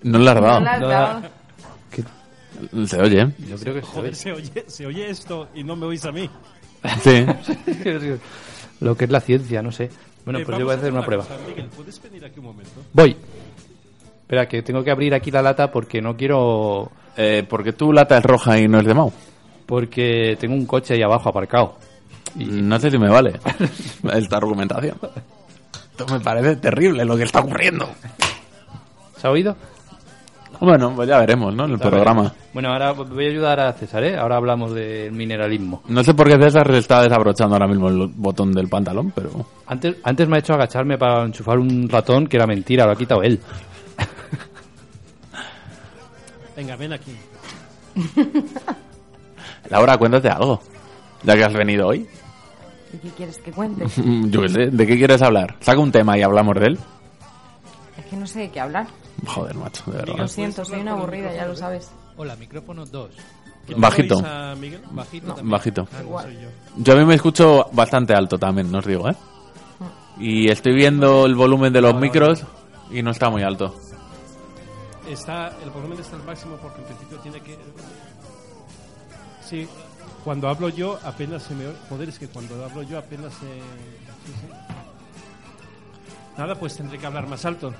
No le has
No
dado.
la has
no.
dado.
Se oye.
Yo creo que
Joder, se oye, se oye esto y no me oís a mí.
Sí.
Lo que es la ciencia, no sé. Bueno,
Eh,
pues
vamos
yo voy a hacer una prueba.
cosa, Miguel, ¿puedes venir aquí un momento?
Voy. Espera, que tengo que abrir aquí la lata porque no quiero...
Eh, ¿Por qué tu lata es roja y no es de Mau?
Porque tengo un coche ahí abajo aparcado.
No sé si me vale esta argumentación. Esto me parece terrible lo que está ocurriendo.
¿Se ha oído?
Bueno, pues ya veremos, ¿no? En el programa.
Bueno, ahora voy a ayudar a César, ¿eh? Ahora hablamos del mineralismo.
No sé por qué César se está desabrochando ahora mismo el botón del pantalón, pero...
Antes, antes me ha hecho agacharme para enchufar un ratón que era mentira, lo ha quitado él.
Venga, ven aquí.
Laura, cuéntate algo. Ya que has venido hoy.
¿Y qué quieres que cuente?
Mm, Yo qué sé, ¿de qué quieres hablar? Saca un tema y hablamos de él.
Es que no sé de qué hablar.
Joder, macho, de
Lo
verdad.
siento, soy una aburrida, ya lo sabes.
Hola, micrófono 2.
¿Que no
Bajito.
oís a Miguel? Bajito también.
Bajito.
Ah, no,
Igual.
soy yo.
Yo a mí me escucho bastante alto también, no os digo, ¿eh? Y estoy viendo el volumen de los micros y no está muy alto.
Está, el volumen está al máximo porque en principio tiene que... Sí, cuando hablo yo apenas se me... oye. Joder, es que cuando hablo yo apenas se... sí, sí. Nada, pues tendré que hablar más alto,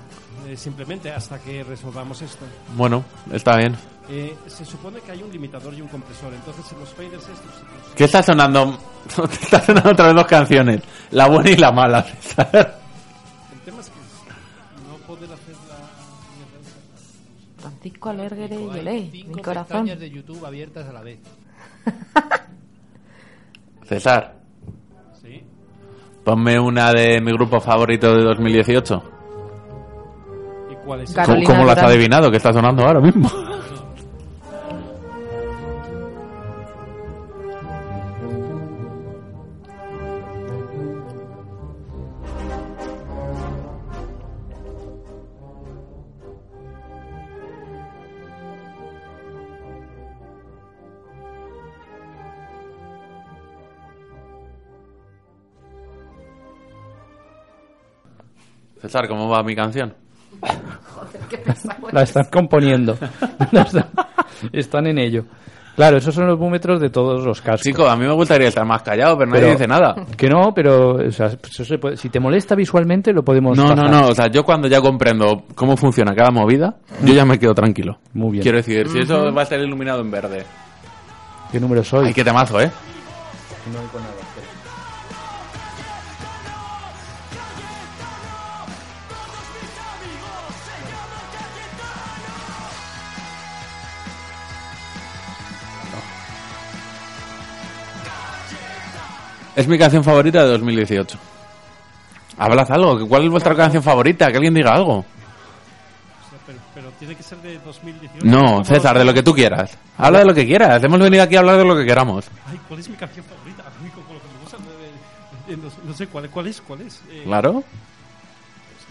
eh, simplemente hasta que resolvamos esto.
Bueno, está bien.
Eh, se supone que hay un limitador y un compresor, entonces en los faders estos... pues,
¿Qué está sonando? está sonando otra vez dos canciones. La buena y la mala, César.
el tema es que no poder hacer la...
Francisco Alberguere y Olé, mi corazón.
de YouTube abiertas a la vez.
César,
Sí.
ponme una de mi grupo favorito de 2018.
¿Y cuál es?
Carolina
¿Cómo, cómo lo has
Durán.
adivinado que está sonando ahora mismo? César, ¿cómo va mi canción?
Qué pesado.
La están componiendo. La están- están en ello. Claro, esos son los búmetros de todos los casos.
Chico, a mí me gustaría estar más callado, pero nadie
Pero-
dice nada.
Que no, pero o sea, eso se puede- si te molesta visualmente lo podemos
No, no,
bajar.
no. O sea, yo cuando ya comprendo cómo funciona cada movida, yo ya me quedo tranquilo.
Muy bien.
Quiero decir, si eso va a estar iluminado en verde.
¿Qué número soy?
Ay, qué temazo, ¿eh? Es mi canción favorita de 2018. Hablad algo. ¿Cuál es vuestra canción favorita? Que alguien diga algo.
Pero, pero Tiene que ser de 2018.
No, César, de lo que tú quieras. Habla de lo que quieras. Hemos venido aquí a hablar de lo que queramos.
Ay, ¿cuál es mi canción favorita? A mí, como lo que me gusta, eh, eh, no, no sé cuál, cuál es, cuál es. Eh,
Claro.
pues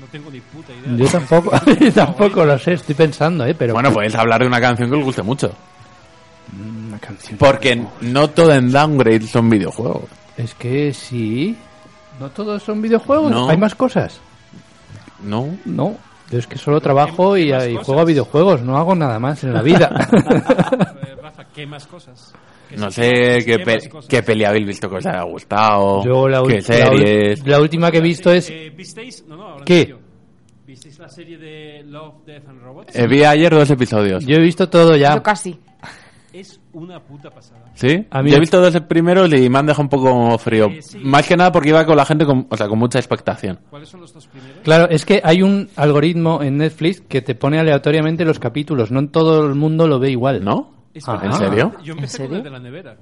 No tengo ni puta idea.
Yo tampoco, yo tampoco lo sé, estoy pensando, ¿eh? Pero
Bueno, podéis hablar de una canción que os guste mucho.
una canción.
Porque no todo en Downgrade son videojuegos.
Es que sí. No todos son videojuegos,
No.
hay más cosas.
No.
No, yo es que solo trabajo y,
hay más
y
cosas.
juego a videojuegos, no hago nada más en la vida.
Eh, Rafa, ¿qué más cosas? ¿Qué
No
se- qué
sé qué,
más
pe-
cosas?
qué peli habéis visto que os haya gustado.
Yo la,
qué
ul- la ul-
series.
la última que he visto es...
Eh, ¿Visteis? No, no, ahora en
¿Qué?
serio. ¿Visteis la serie de Love, Death and Robots?
Eh, vi ayer dos episodios.
Yo he visto todo ya.
Yo casi.
Es una puta pasada.
¿Sí?
A mí-
Yo he visto dos primeros y me han dejado un poco frío.
Eh, sí.
Más que nada porque iba con la gente con, o sea, con mucha expectación.
¿Cuáles son los dos primeros?
Claro, es que hay un algoritmo en Netflix que te pone aleatoriamente los capítulos, no en todo el mundo lo ve igual.
¿No?
Es
Ah,
una-
¿En serio?
Yo empecé
¿En
con el
serio?
de la nevera.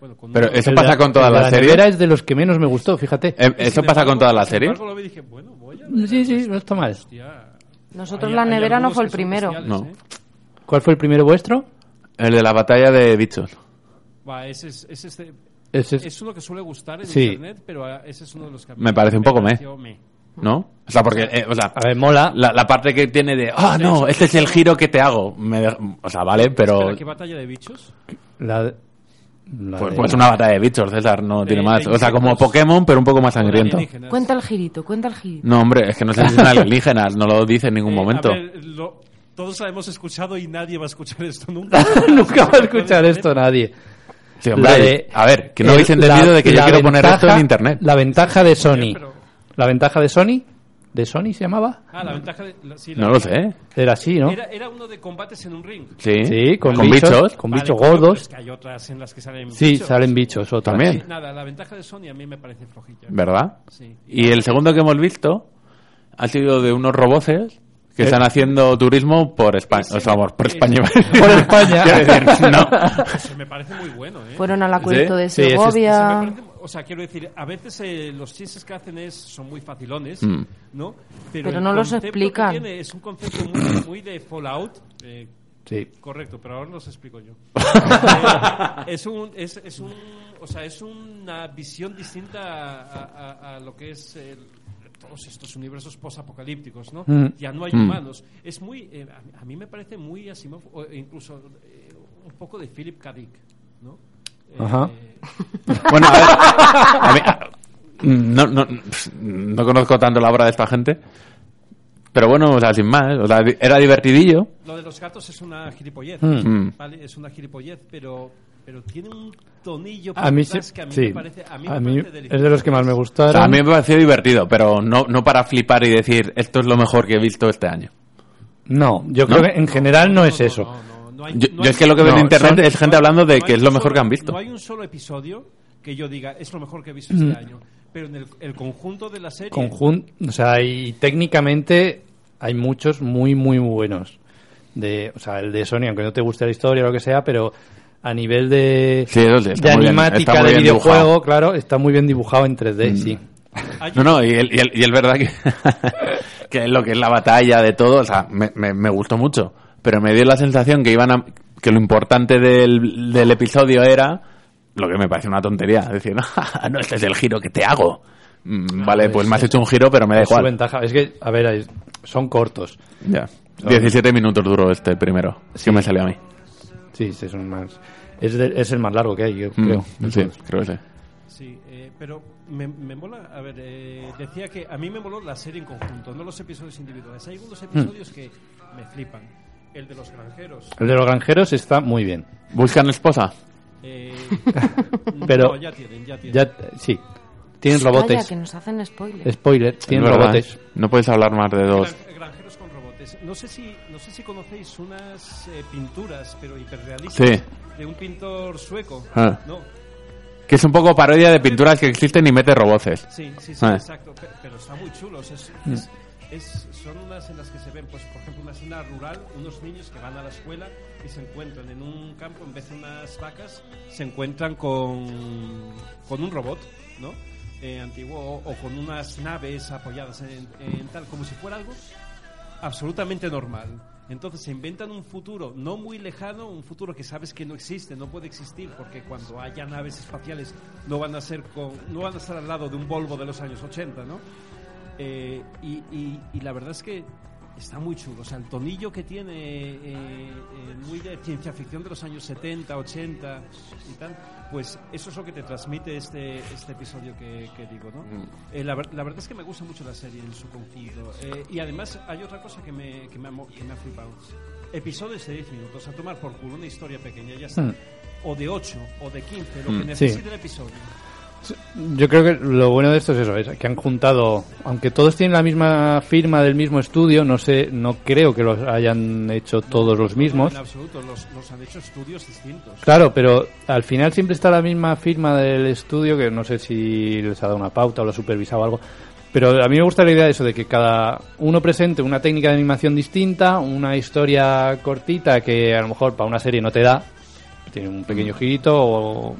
Bueno, con
Pero
uno.
eso
El de
pasa
la-
con todas
el de
las
la
series.
nevera es de los que menos me gustó, fíjate.
Eh,
Y
¿Eso
sin
pasa con
embargo-
todas las
sin
series?
embargo, luego dije, bueno, voy a ver,
sí, sí,
pues,
no está mal.
hostia,
Nosotros
hay-
la
hay
nevera no
algunos
fue el
que son
primero.
bestiales,
No.
¿eh?
¿Cuál fue el primero vuestro?
El de la batalla de bichos.
Va, ese es, ese es, de-
Ese es-
es uno que suele gustar en
Sí.
internet, pero ah, ese es uno de los que a mí
Me parece un poco meh.
pareció meh.
¿No? O sea, porque, eh, o sea,
A ver, mola.
la, la parte que tiene de, ah, no, este es el giro que te hago. Me de- o sea, vale, pero.
Espera, ¿Qué batalla de bichos?
La, la
Pues,
de-
pues una batalla de bichos, César, no tiene más. O sea, como Pokémon, pero un poco más sangriento.
Alienígenas.
Cuenta el girito, cuenta el girito.
No, hombre, es que no sé si son alienígenas, no lo dice en ningún
Eh,
momento.
a ver, lo- todos la hemos escuchado y nadie va a escuchar esto nunca.
Nunca va a escuchar esto nadie.
Sí, hombre,
La de-
a ver, que no
el-
habéis entendido
la-
de que yo
la
quiero poner
ventaja-
esto en internet.
La ventaja de Sony.
pero-
La ventaja de Sony. ¿De Sony se llamaba?
Ah, la ventaja de... la- sí, la-
No lo sé.
Era así, ¿no?
Era, era uno de combates en un ring.
Sí,
Sí, con, bichos,
bichos.
Con
Vale,
bichos
coño, pero
gordos.
es que hay otras en las que salen
Sí,
bichos.
salen bichos otras.
También.
Sí, Nada, la ventaja de Sony a mí me parece flojilla.
¿Verdad?
Sí.
Y el segundo que hemos visto ha sido de unos roboces
Eh.
que están haciendo turismo por España. O sea, vamos, por España.
Por España.
Quiero decir, no.
Se me parece muy bueno, ¿eh?
Fueron al acuerdo de
Sí, ese es-
Se
Segovia.
me parece- o sea, quiero decir, a veces eh, los chistes que hacen es, son muy facilones,
Mm.
¿no? Pero,
Pero
el
no los
concepto que
explican.
tiene es un concepto muy, muy de Fallout. eh,
Sí.
correcto, pero ahora los explico yo. Eh, es un, es, es un, o sea, es una visión distinta a, a- a- a lo que es el- todos estos universos posapocalípticos, ¿no?
Mm.
Ya no hay humanos. Es muy, eh, a, a mí me parece muy Asimov, o incluso eh, un poco de Philip K. Dick, ¿no? Eh,
Ajá.
Bueno, a ver. a mí- a- no, no, no conozco tanto la obra de esta gente. Pero bueno, o sea, sin más. O sea, di- era divertidillo.
Lo de los gatos es una gilipollez,
Mm.
¿vale? Es una gilipollez, pero, pero tiene un tonillo
A mí
detrás
se-
que a mí
sí.
me parece, a mí me parece
es de los que más me
O
gustaron.
sea, a mí me pareció divertido, pero no, no para flipar y decir, esto es lo mejor que he visto este año.
No, yo
¿No?
creo que en general no, es eso.
No, no, no hay-
Yo,
no
yo
hay-
es que lo que veo
No,
en internet
son-
es gente
no hay-
hablando de
no
que
hay
es lo
un
mejor
solo-
que han visto. Mm.
No hay un solo episodio que yo diga es lo mejor que he visto este año. Pero en el, el conjunto de la serie.
Conjun- o sea, y técnicamente hay muchos muy, muy buenos. De, o sea, el de Sony, aunque no te guste la historia o lo que sea, pero a nivel de,
Sí, eso sí, está
de
muy bien-
animática
está muy
de
bien
videojuego,
dibujado. Mm,
claro, está muy bien dibujado en 3D, sí.
hay
No,
un-
no, y el- y el- y es verdad que, que lo que es la batalla de todo, o sea, me, me- me gustó mucho. Pero me dio la sensación que iban a, que lo importante del, del episodio era lo que me parece una tontería. Es decir, no, no, este es el giro que te hago. Mm,
Ah,
Vale, pues me has hecho un giro, pero me da
Es su
igual.
ventaja. Es que, a ver, es- son cortos.
Ya. 17 minutos duró este primero. Es que me salió a mí.
Sí, sí, son más. Es, de- es el más largo que hay, yo
Mm,
creo.
Sí, creo que sí.
Sí, eh, pero me, me mola. A ver, eh, decía que a mí me moló la serie en conjunto, no los episodios individuales. Hay
Mm.
algunos episodios que me flipan. El de los granjeros.
El de los granjeros está muy bien.
¿Buscan esposa?
eh,
Pero-
no, ya tienen, ya tienen.
Ya, sí. Tienen
Calla,
robotes.
que nos hacen spoilers.
Spoiler, tienen
Es verdad, ¿eh?
robotes.
No puedes hablar más de dos.
Gran- Granjeros con robotes. No sé si, no sé si conocéis unas eh, pinturas, pero hiperrealistas,
Sí.
de un pintor sueco.
Ah.
No,
Que es un poco parodia de pinturas que existen y mete roboces.
sí, sí, sí,
Ah.
exacto. Pe- Pero está muy chulos. Es, es- es- son unas en las que se ven, pues, por ejemplo, una escena rural, unos niños que van a la escuela y se encuentran en un campo, en vez de unas vacas, se encuentran con, con un robot, ¿no? Eh, antiguo o, o con unas naves apoyadas en, en tal, como si fuera algo absolutamente normal. Entonces se inventan un futuro no muy lejano, un futuro que sabes que no existe, no puede existir, porque cuando haya naves espaciales no van a ser con, no van a estar al lado de un Volvo de los años 80, ¿no? Eh, y, y- y la verdad es que está muy chulo. O sea, el tonillo que tiene, eh, eh, muy de ciencia ficción de los años 70, 80 y tal, pues eso es lo que te transmite este, este episodio que, que digo, ¿no? Eh, la, ver- la verdad es que me gusta mucho la serie en su conjunto. Eh, y además hay otra cosa que me, que me, ha, mo- que me ha flipado. Episodios de 10 minutos, a tomar por culo una historia pequeña, ya está.
Mm.
O de 8, o de 15, lo
Mm.
que
Sí.
necesite el episodio.
Yo creo que lo bueno de esto es eso, es que han juntado, aunque todos tienen la misma firma del mismo estudio, no sé, no creo que los hayan hecho todos los
No, no,
mismos.
En absoluto, los, los han hecho estudios distintos.
Claro, pero al final siempre está la misma firma del estudio, que no sé si les ha dado una pauta o lo ha supervisado o algo. Pero a mí me gusta la idea de eso, de que cada uno presente una técnica de animación distinta, una historia cortita que a lo mejor para una serie no te da, tiene un pequeño
Mm.
girito, o...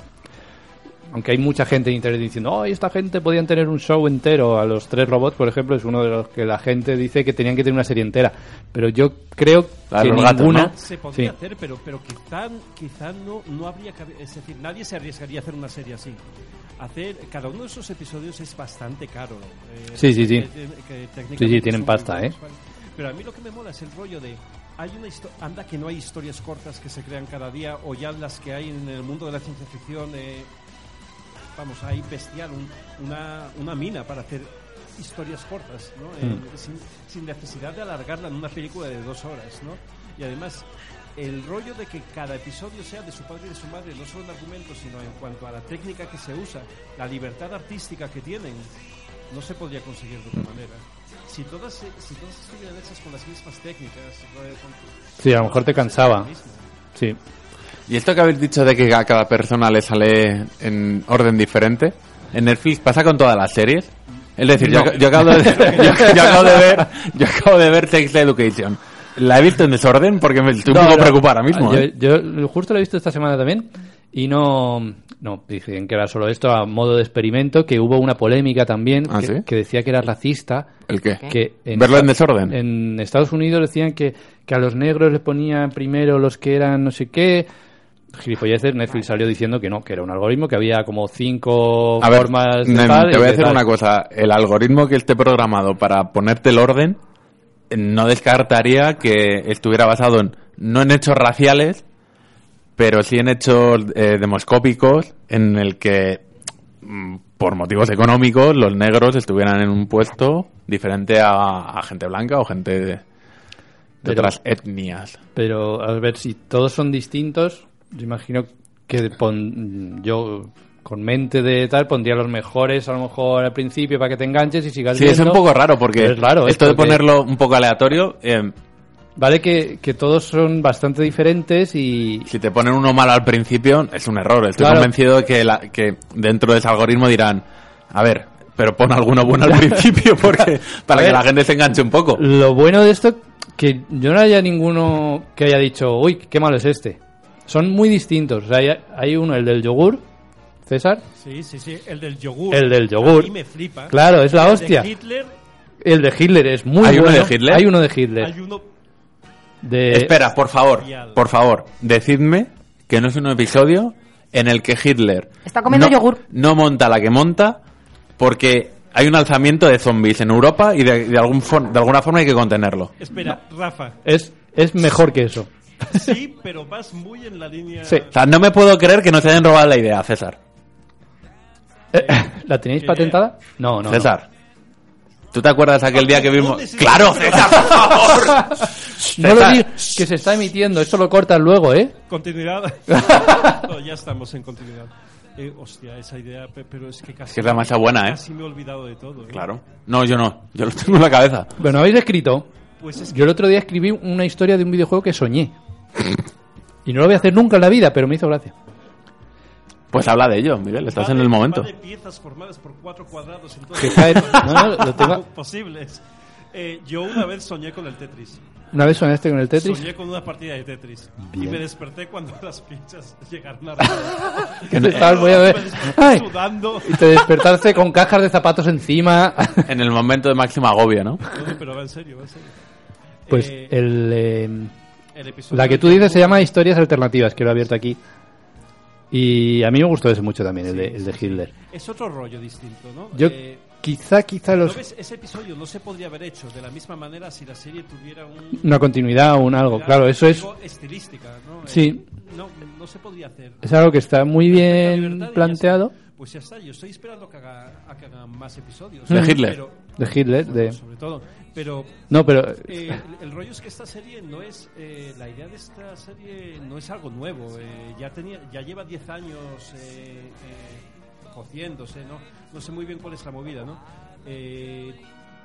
aunque hay mucha gente en internet diciendo, oh, esta gente podían tener un show entero, a los tres robots, por ejemplo, es uno de los que la gente dice que tenían que tener una serie entera. Pero yo creo
La de
que
los gatos,
ninguna...
¿no?
Se podría
Sí.
hacer, pero, pero quizá, quizá no, no habría que... haber- Es decir, nadie se arriesgaría a hacer una serie así. Hacer, cada uno de esos episodios es bastante caro. eh,
Sí, sí, sí.
que- que técnicamente
Sí, sí, tienen
son
pasta,
muy buenos,
¿eh?
¿vale? Pero a mí lo que me mola es el rollo de... Hay una histo- anda que no hay historias cortas que se crean cada día o ya las que hay en el mundo de la ciencia ficción. eh, vamos, hay bestial un- una, una mina para hacer historias cortas, ¿no?
Mm.
Eh, sin, sin necesidad de alargarla en una película de dos horas, ¿no? Y además, el rollo de que cada episodio sea de su padre y de su madre, no solo en argumento, sino en cuanto a la técnica que se usa, la libertad artística que tienen, no se podría conseguir de otra
Mm.
manera. Si todas, se- si todas estuvieran hechas con las mismas técnicas, eh, con-
Sí, a lo mejor te cansaba.
Sería lo mismo.
Sí.
Y esto que habéis dicho de que a cada persona le sale en orden diferente, en Netflix pasa con todas las series. Es decir, yo, yo acabo de, yo- yo acabo de ver, yo acabo de ver Sex Education. La he visto en desorden porque me estoy
No,
un poco
no.
preocupado ahora mismo.
Yo,
¿eh?
yo justo lo he visto esta semana también y no, no dicen que era solo esto a modo de experimento, que hubo una polémica también
Ah,
que,
¿sí?
que decía que era racista.
¿El qué?
Que
Verlo en desorden.
En Estados Unidos decían que, que a los negros les ponían primero los que eran no sé qué. Gilipolleces, Netflix salió diciendo que no, que era un algoritmo, que había como cinco
A ver,
formas de
Nen,
tal
te
y
voy a
de
decir
tal.
una cosa. El algoritmo que esté programado para ponerte el orden eh, no descartaría que estuviera basado en no en hechos raciales, pero sí en hechos eh, demoscópicos en el que mm, por motivos económicos los negros estuvieran en un puesto diferente a, a gente blanca o gente de, de
Pero-
otras etnias.
Pero a ver, si todos son distintos, yo imagino que pon- yo con mente de tal pondría los mejores a lo mejor al principio para que te enganches y sigas
Sí,
viendo.
es un poco raro porque
Pero es raro, ¿eh?
esto de
Porque-
ponerlo un poco aleatorio, eh,
Vale que, que todos son bastante diferentes y...
Si te ponen uno malo al principio, es un error. Estoy
Claro.
convencido de que, la- que dentro de ese algoritmo dirán, a ver, pero pon alguno bueno al principio porque para
A
que
ver.
la gente se enganche un poco.
Lo bueno de esto, que yo no haya ninguno que haya dicho, uy, qué malo es este. Son muy distintos. O sea, hay, hay uno, el del yogur, César.
Sí, sí, sí. El del yogur.
El del
A
yogur.
mí me flipa.
Claro, es la
El de
hostia.
Hitler,
El de Hitler es muy
¿Hay uno
bueno.
de Hitler?
Hay uno de Hitler.
Este,
hay uno
De-
Espera, por favor,
Genial.
por favor, decidme que no es un episodio en el que Hitler
Está comiendo
no,
yogur.
no monta la que monta porque hay un alzamiento de zombies en Europa y de, de algún for- de alguna forma hay que contenerlo.
Espera, Rafa.
Es, es mejor que eso.
Sí, pero vas muy en la línea.
Sí.
O sea, no me puedo creer que no se hayan robado la idea, César.
¿La tenéis
¿Qué?
patentada? No, no.
César. ¿Tú te acuerdas aquel día que vimos?
¿Dónde se-
¡Claro, César, por favor!
No, No lo
César.
digas, que se está emitiendo. Eso lo cortas luego, ¿eh?
Continuidad. No, ya estamos en continuidad. Eh, hostia, esa idea, pe- pero es que casi.
Que es la más buena, ¿eh?
Casi me he olvidado de todo. ¿eh?
Claro. No, yo no. Yo lo tengo en la cabeza.
Bueno, habéis escrito.
Pues es que
Yo el otro día escribí una historia de un videojuego que soñé. Y no lo voy a hacer nunca en la vida, pero me hizo gracia.
Pues habla de ello, Miguel. Estás
va
en
de-
el momento.
va de piezas formadas por cuatro cuadrados.
Que
Entonces,
cae- No, no, lo tengo-
posibles. Eh, yo una vez soñé con el Tetris.
Una vez soñaste con el Tetris.
Soñé con una partida de Tetris. Y
Bien.
me desperté cuando las pinchas llegaron a la
Que no- ah,
Estabas muy a ver.
Me desperté
¡Ay!
sudando.
Y te despertaste con cajas de zapatos encima.
En el momento de máximo agobio, ¿no?
No, no, pero va en serio, va en serio.
Pues
Eh,
el, eh,
el episodio
la que tú
del
dices se
Joker.
llama Historias Alternativas, que lo he abierto aquí. Y a mí me gustó ese mucho también, el, de, el de Hitler.
Es otro rollo distinto, ¿no?
Yo
Eh,
quizá, quizá
¿no
los,
ves? Ese episodio no se podría haber hecho de la misma manera si la serie tuviera un...
una continuidad o un algo. Claro, eso es,
algo Estilística, ¿no? Eh,
Sí.
no, no se podría hacer.
es algo que está muy
La
bien
libertad y ya
planteado.
está. Pues ya está, yo estoy esperando que haga- a que hagan más episodios.
De Hitler.
Pero,
De Hitler, de...
Sobre todo. Pero
No, pero...
Pues,
eh, el- el rollo es que esta serie no es. eh, la idea de esta serie no es algo nuevo. eh, ya, tenía, ya lleva 10 años eh, eh, cociéndose, ¿no? No sé muy bien cuál es la movida, ¿no? Eh,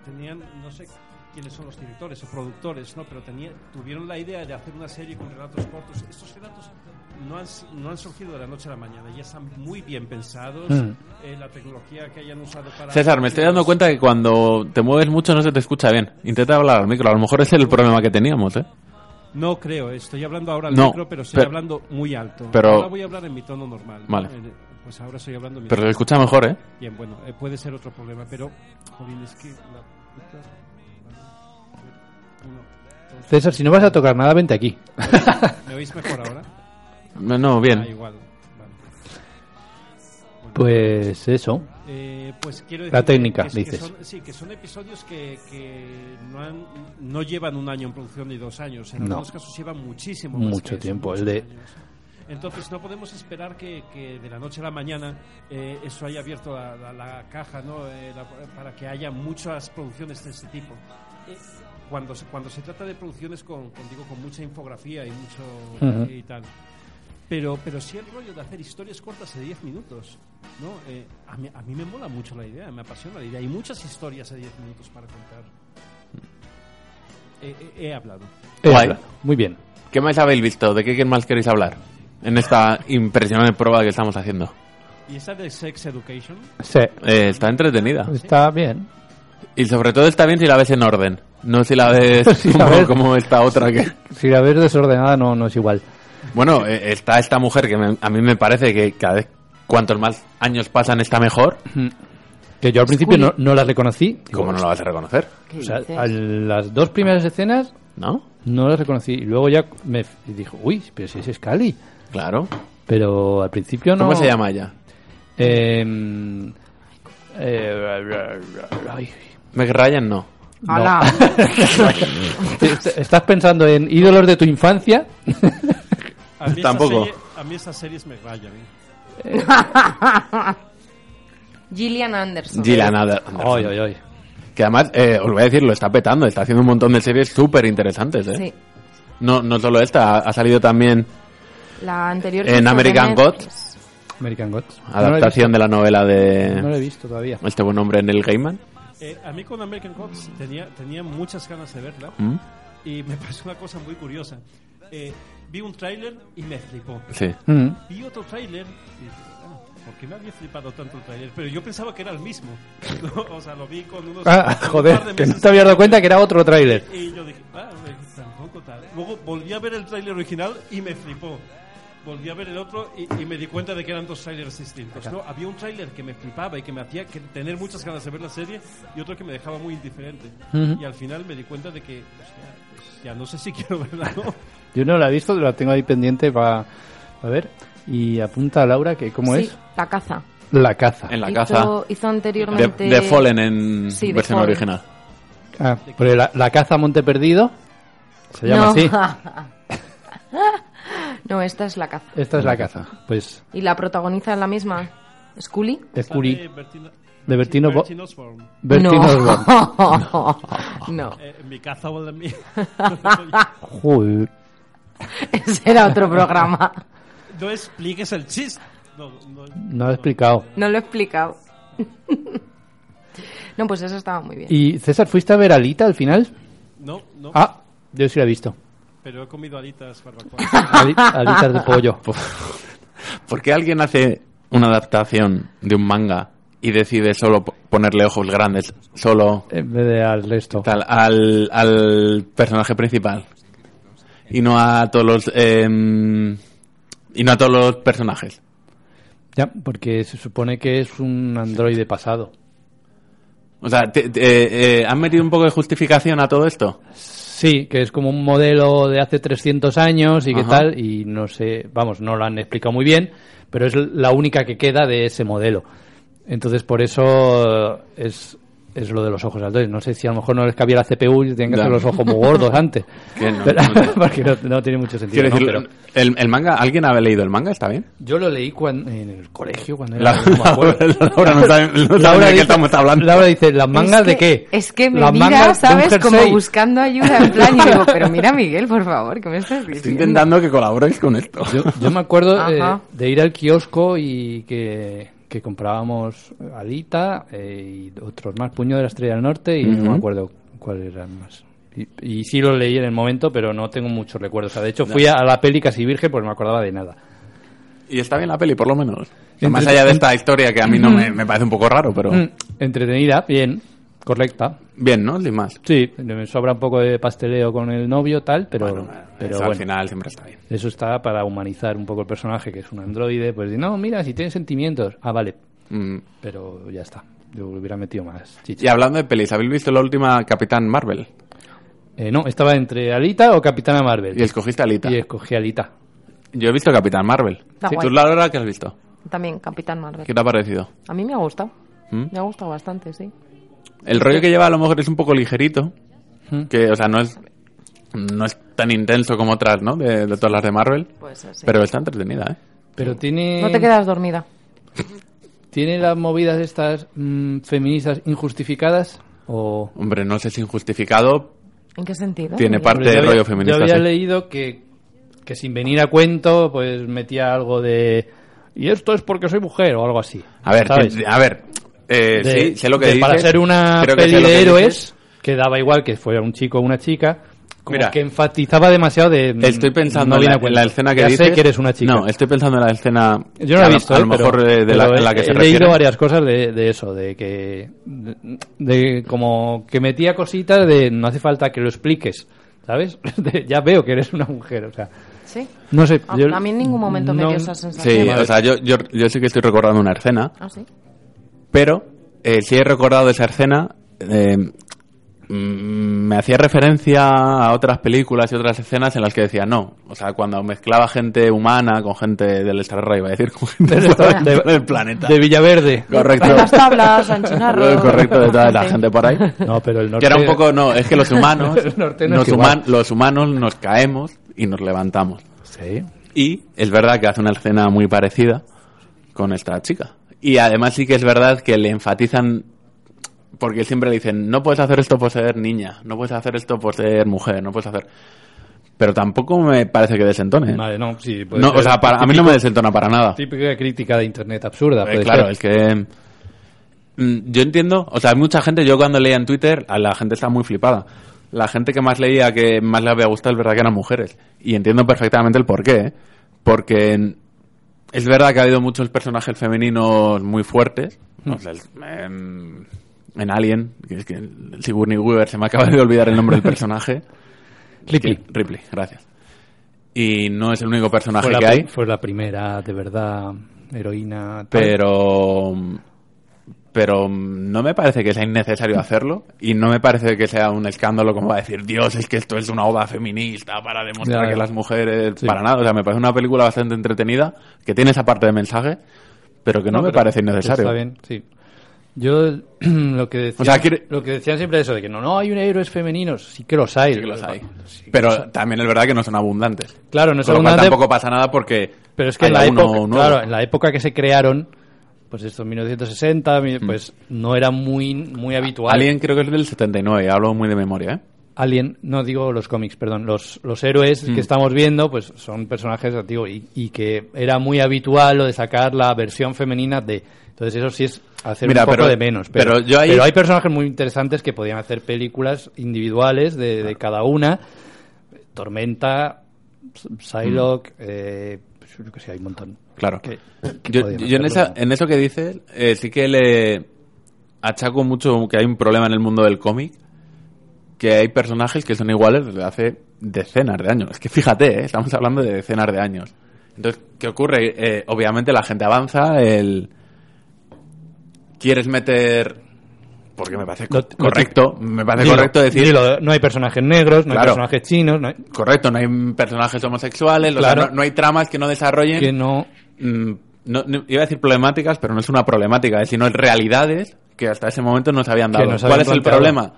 tenían, no sé quiénes son los directores o productores, ¿no? Pero tenía, tuvieron la idea de hacer una serie con relatos cortos. Estos relatos no han, s- no han surgido de la noche a la mañana, ya están muy bien pensados.
Mm.
eh, la tecnología que hayan usado para.
Hmm. César, me estoy dando cuenta que cuando te mueves mucho no se te escucha bien. Intenta hablar al micro, a lo mejor ese es el problema que teníamos, ¿eh?
No creo, estoy hablando ahora al
No,
micro, pero estoy
pero-
hablando muy alto.
pero-
ahora voy a hablar en mi tono normal.
Vale.
Eh, Pues ahora estoy hablando en mi
Pero se
tono.
escucha mejor, ¿eh?
Bien, bueno, eh, puede ser otro problema, pero. Jolín, es que. la puta- Uno, dos,
César, si no vas a tocar nada, vente aquí.
¿Me oís mejor ahora?
No, no,
Ah,
bien.
igual. Vale. Bueno,
Pues eso.
eh, pues quiero decir
La
que-
técnica,
que, que
dices.
son- sí, que son episodios que, que no, han- no llevan un año en producción ni dos años. En
No.
algunos casos llevan muchísimo más
Mucho
que eso,
tiempo,
muchos
el de-
años. Entonces no podemos esperar que, que de la noche a la mañana eh, eso haya abierto la, la- la caja ¿no? Eh, la- para que haya muchas producciones de este tipo. Eh, Cuando se, cuando se trata de producciones con, con, digo, con mucha infografía y mucho
Ujú.
y tal. Pero, pero sí el rollo de hacer historias cortas de 10 minutos. ¿no? Eh, a, mí, a mí me mola mucho la idea, me apasiona la idea. Hay muchas historias de 10 minutos para contar. Eh, eh, he hablado.
Eh,
Guay.
habla. Muy bien.
¿Qué más habéis visto? ¿De qué más queréis hablar? En esta impresionante prueba que estamos haciendo.
¿Y esa de Sex Education?
Sí.
Eh, está entretenida.
Está bien.
Y sobre todo está bien si la ves en orden. No si la ves
Si la
como,
ves-
como esta otra que...
Si la ves desordenada, no, no es igual.
Bueno, eh, está esta mujer que me- a mí me parece que cada vez cuantos más años pasan está mejor.
Que yo al principio no, no las reconocí.
¿Cómo no la vas a reconocer?
¿Qué
O sea,
dices?
a las dos primeras escenas
¿No?
no las reconocí. Y luego ya me f- y dijo, uy, pero si es Scali.
Claro.
Pero al principio no.
¿Cómo se llama ella?
Eh, mm, eh, ra, ra, ra, ay,
Meg Ryan no.
no. Est- Estás pensando en ídolos de tu infancia.
A mí esa
Tampoco.
serie- a mí esas series me rayan. ¿eh?
Gillian Anderson.
Gillian Ander-
Ay,
Anderson.
ay, ay.
Que además, eh, os voy a decir, lo está petando. Está haciendo un montón de series súper interesantes. ¿eh?
Sí.
No, no solo esta, ha, ha salido también
La anterior.
En
que hizo
American
de
Gods.
Netflix.
American Gods.
adaptación de la novela
No lo he visto, no lo
de
he visto todavía.
este buen hombre Neil Gaiman.
Eh, a mí con American Cops tenía, tenía muchas ganas de verla
¿Mm?
y me pasó una cosa muy curiosa. Eh, vi un tráiler y me flipó.
Sí.
Mm.
Vi otro tráiler y dije, "Ah, ¿por qué me había flipado tanto el tráiler? Pero yo pensaba que era el mismo. o sea, lo vi con unos...
Ah,
con un par de
joder, que no
meses
te habías dado cuenta que era otro tráiler.
Y yo dije, ah, eh, tampoco tal. Luego volví a ver el tráiler original y me flipó. Volví a ver el otro y, y me di cuenta de que eran dos trailers distintos. ¿no? Había un tráiler que me flipaba y que me hacía que tener muchas ganas de ver la serie y otro que me dejaba muy indiferente.
Ujú.
Y al final me di cuenta de que, hostia, pues ya no sé si quiero verla o no.
Yo no la he visto, la tengo ahí pendiente para a ver. Y apunta a Laura que cómo
Sí,
es
La caza.
la caza.
En la
Hizo-
caza.
Hizo
De,
anteriormente.
de Fallen en
Sí, The
versión
Fallen.
original.
Ah, porque la, la caza Monte Perdido se llama
no.
así.
no, esta es la caza.
Esta es la caza. Pues
¿Y la protagoniza la misma? ¿Scully?
Scuri
Sale Bertina-
de Bertino Bo-
Bertino Osborne.
Bertino Osborne.
no. no.
Eh, en mi caza o en la mía.
Joder.
Ese era otro programa.
no expliques el chiste. No, no,
No lo he explicado.
No lo he explicado. no, pues eso estaba muy bien.
Y César, ¿fuiste a ver Alita al final?
no, no,
Ah, yo sí la he visto.
pero he comido alitas barbacoa.
Ali- alitas de pollo.
¿Por qué alguien hace una adaptación de un manga y decide solo po- ponerle ojos grandes solo
En vez de al resto.
tal, al, al personaje principal? Y no a todos los... em, y no a todos los personajes.
Ya, porque se supone que es un androide pasado.
O sea, te- te- eh, eh, ¿han metido un poco de justificación a todo esto?
Sí, que es como un modelo de hace 300 años y qué
Ajá.
tal, y no sé, vamos, no lo han explicado muy bien, pero es la única que queda de ese modelo. Entonces, por eso eh, es, es lo de los ojos saltones. No sé si a lo mejor no les cabía la CPU y tienen que
Ya.
hacer los ojos muy gordos antes.
Que no,
Pero-
no te-
porque no, no tiene mucho sentido.
Quiero
¿no?
decir,
Pero
el, el manga, ¿alguien ha leído el manga? ¿Está bien?
yo lo leí cuan- en el colegio cuando era.
La,
no me acuerdo.
Laura no sabe, no sabe de qué estamos hablando.
Laura dice, ¿las mangas
Es
de
que-
qué?
Es que me
Las mangas de
mira,
un
¿sabes? Como
jersey.
buscando ayuda en plan. Y digo, pero mira, Miguel, por favor, ¿qué me estás diciendo?
Estoy intentando que colaboréis con esto.
Yo, yo me acuerdo eh,
Ajá.
de ir al kiosco y que, que comprábamos Alita eh, y otros más, Puño de la Estrella del Norte, y no
Ujú.
me acuerdo cuáles eran más. Y, y sí los leí en el momento, pero no tengo muchos recuerdos. O sea, de hecho, fui a la peli casi virgen porque no me acordaba de nada.
Y está bien la peli, por lo menos.
Entre-
Más allá de esta historia que a mí no me, me parece un poco raro, pero...
Mm, entretenida, bien, correcta.
Bien, ¿no? Sin más.
Sí, me sobra un poco de pasteleo con el novio, tal, pero
Bueno,
pero
eso
bueno.
al final siempre está bien.
Eso está para humanizar un poco el personaje, que es un androide. Pues di, no, mira, si tiene sentimientos. Ah, vale,
Mm.
pero ya está. Yo le hubiera metido más chicha.
Y hablando de pelis, ¿habéis visto la última Capitán Marvel?
Eh, no, estaba entre Alita o Capitana Marvel.
Y escogiste a Alita.
Y escogí Alita.
Yo he visto Capitán Marvel.
Está
Sí.
guay.
¿Tú, Laura, qué has visto?
También, Capitán Marvel.
¿Qué te ha parecido?
A mí me ha gustado.
¿Mm?
Me ha gustado bastante, sí.
El rollo que lleva a lo mejor es un poco ligerito.
¿Mm?
Que, o sea, no es, no es tan intenso como otras, ¿no? De, de todas las de Marvel.
Puede ser, sí.
Pero está entretenida, ¿eh?
Pero tiene.
No te quedas dormida.
¿Tiene las movidas estas mm, feministas injustificadas? O.
Hombre, no sé si injustificado.
¿En qué sentido?
Tiene
Miguel?
parte- De
Yo había-
rollo feminista,
Yo había
sí.
leído que, que sin venir a cuento, pues metía algo de. Y esto es porque soy mujer o algo así.
A ver,
¿sabes?
ti- a ver. eh,
De-
sí, sé lo que
de
dices.
Para ser una
Creo que
peli
sé lo
de
que dices.
héroes, que daba igual que fuera un chico o una chica, como
Mira.
que enfatizaba demasiado de... mm,
Estoy pensando
no
en,
viene
la,
a cuento.
en la escena que
ya
dices.
sé que eres una chica.
No, estoy pensando en la escena.
yo no
a
la he
lo-
visto,
A
eh,
lo
pero-
mejor de, de la,
pero
en la que
he,
se
he
refiere.
leído varias cosas de, de eso, de que... De, de como que metía cositas de no hace falta que lo expliques, ¿sabes? De, ya veo que eres una mujer, o sea...
Sí.
No sé,
A,
yo-
a mí en ningún momento me
no-
dio esa sensación.
Sí, o sea, yo, yo, yo sí que estoy recordando una escena.
Ah, sí.
Pero eh, sí he recordado esa escena. eh, mm, me hacía referencia a otras películas y otras escenas en las que decía no. O sea, cuando mezclaba gente humana con gente del extraterrestre, iba a decir, con gente
Del
fuera
extra- de-
del planeta.
De Villaverde.
Correcto.
Las tablas, Sanchinarro.
Correcto, de toda la gente por ahí.
No, pero el norte...
Que era un poco, no, es que los humanos,
El norte no
nos
es igual.
human- los humanos nos caemos y nos levantamos.
Sí.
Y es verdad que hace una escena muy parecida con esta chica. Y además sí que es verdad que le enfatizan, porque siempre le dicen, no puedes hacer esto por ser niña, no puedes hacer esto por ser mujer, no puedes hacer... Pero tampoco me parece que desentone. ¿eh?
Vale, no, sí, puede
No,
ser.
o sea, para- a mí no me desentona para nada.
Típica crítica de internet absurda,
Eh,
puede
claro,
ser.
es que... mm, Yo entiendo, o sea, hay mucha gente, yo cuando leía en Twitter, a la gente está muy flipada. La gente que más leía, que más le había gustado, es verdad que eran mujeres. Y entiendo perfectamente el porqué, ¿eh? Porque en- es verdad que ha habido muchos personajes femeninos muy fuertes. O sea, el- en, en Alien, que es que el Sigourney Weaver, se me acaba de olvidar el nombre del personaje.
Ripley.
Que- Ripley, gracias. Y no es el único personaje
Fue la,
que hay.
fue la primera, de verdad, heroína. tal.
pero pero no me parece que sea innecesario hacerlo y no me parece que sea un escándalo como va a decir Dios es que esto es una oda feminista para demostrar
Ya,
que
ya.
las mujeres
Sí.
para nada o sea me parece una película bastante entretenida que tiene esa parte de mensaje pero que no, me
pero
parece innecesario
Está bien, sí. Yo lo que decía,
O sea, quiere-
lo que decían siempre eso de que no, no hay un héroes femeninos, sí que los hay.
Sí que los hay.
Sí que
pero
los hay.
también es verdad que no son abundantes
claro, no
Con lo cual
abundante,
tampoco pasa nada porque
Pero es que en
haya
la,
uno
época,
nuevo.
claro, en la época que se crearon, pues estos 1960, mi-
Mm.
pues no era muy muy habitual.
Alien creo que es del 79 hablo muy de memoria ¿eh?
Alien, no digo los cómics, perdón, los, los héroes
Mm.
que estamos viendo, pues son personajes antiguos y, y que era muy habitual lo de sacar la versión femenina de. Entonces, eso sí es hacer
Mira,
un poco
pero-
de menos.
pero
Pero,
yo ahí-
pero hay personajes muy interesantes que podían hacer películas individuales de, de cada una. Tormenta, S- Psylocke,
Mm.
eh, pues, yo que sé, hay un montón.
Claro.
Que- que
yo
podían
yo en,
hacerlo.
esa- en eso que dices, eh, sí que le achaco mucho que hay un problema en el mundo del cómic, que hay personajes que son iguales desde hace decenas de años. Es que fíjate, eh, estamos hablando de decenas de años. Entonces, ¿qué ocurre? Eh, obviamente la gente avanza, el... Quieres meter Porque me parece
No-
co-
no-
correcto. Me parece
Dilo,
correcto decir.
dilo, no hay personajes negros, no
Claro.
hay personajes chinos, no hay-
Correcto, no hay personajes homosexuales, o sea,
Claro.
no, no hay tramas que no desarrollen.
que no.
mm, no- no- iba a decir problemáticas, pero no es una problemática, es sino realidades que hasta ese momento no se habían
Que
dado.
no se
¿Cuál
habían
es el
planteado.
problema?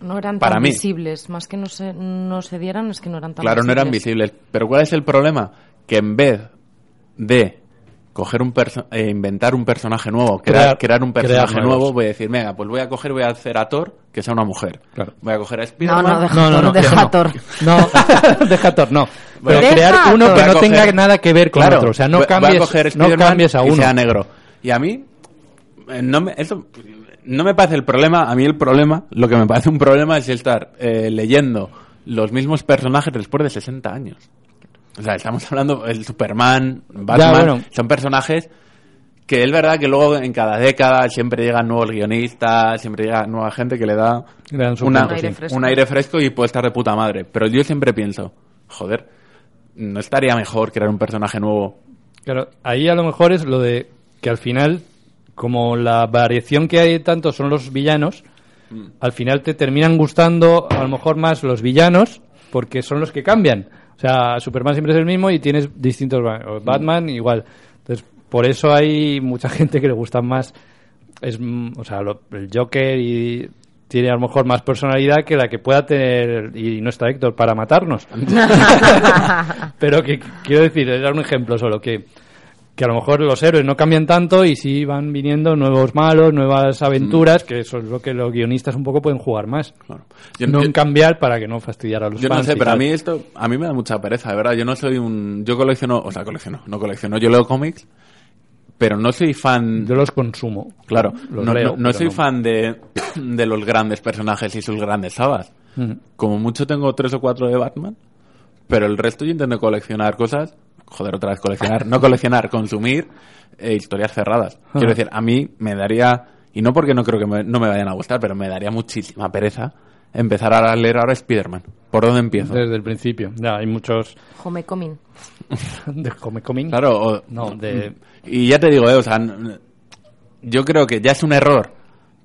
No eran
Para
tan
mí.
visibles. Más que no se, no se dieran, es que no eran tan
Claro, no eran visibles. Pero ¿cuál es el problema? Que en vez de coger un perso- eh, inventar un personaje nuevo, crear,
Crear-
crear un
crear
personaje
nuevos.
nuevo, voy a decir, venga, pues voy a coger, voy a hacer a Thor que sea una mujer.
Claro.
Voy a coger a
No,
Spider-Man.
no, deja
No, no,
Thor,
no,
deja
no.
Thor.
No, deja Thor, no. Pero
Deja
crear
a
uno
Thor.
Voy
que
a
no
coger-
tenga nada que ver con
Claro,
otro. O sea, no
voy- voy
cambies,
a coger
no
Spider-Man
cambies a
y
uno.
sea negro. Y a mí, eh, no me, eso no me parece el problema. A mí el problema, lo que me parece un problema es estar eh, leyendo los mismos personajes después de 60 años. O sea, estamos hablando el Superman, Batman,
bueno.
son personajes que es verdad que luego en cada década siempre llegan nuevos guionistas, siempre llega nueva gente que le da
Le dan su
una-
punto,
un,
sí.
aire fresco. y puede estar de puta madre. Pero yo siempre pienso, joder, ¿no estaría mejor crear un personaje nuevo?
Claro, ahí a lo mejor es lo de que al final, como la variación que hay tanto son los villanos, al final te terminan gustando a lo mejor más los villanos porque son los que cambian. O sea, Superman siempre es el mismo y tienes distintos va- o Batman igual. Entonces, por eso hay mucha gente que le gustan más es mm, o sea, lo- el Joker y tiene a lo mejor más personalidad que la que pueda tener y no está Héctor para matarnos. Pero que quiero decir, era un ejemplo solo, que, que a lo mejor los héroes no cambian tanto y sí van viniendo nuevos malos, nuevas aventuras, que eso es lo que los guionistas un poco pueden jugar más.
Mm. Yo-
no
yo-
en cambiar para que no fastidiar a los
Yo no
fans
sé,
y
pero a
tal.
mí esto, a mí me da mucha pereza, de verdad. Yo no soy un, yo colecciono, o sea, colecciono, no colecciono, yo leo cómics, pero no soy fan,
Yo los consumo.
claro,
los
no,
leo,
no- no
pero
soy
no.
fan de, de los grandes personajes y sus grandes sagas.
Ujú.
Como mucho tengo tres o cuatro de Batman, pero el resto yo intento coleccionar cosas, joder, otra vez coleccionar, no coleccionar, consumir eh, historias cerradas. Quiero
Ajá.
decir, a mí me daría, y no porque no creo que me- no me vayan a gustar, pero me daría muchísima pereza empezar a leer ahora Spider-Man. ¿Por dónde empiezo?
Desde el principio. Ya, hay muchos
Homecoming.
de Comic Comic.
Claro, o-
No, de-
y ya te digo, eh, o sea, n- yo creo que ya es un error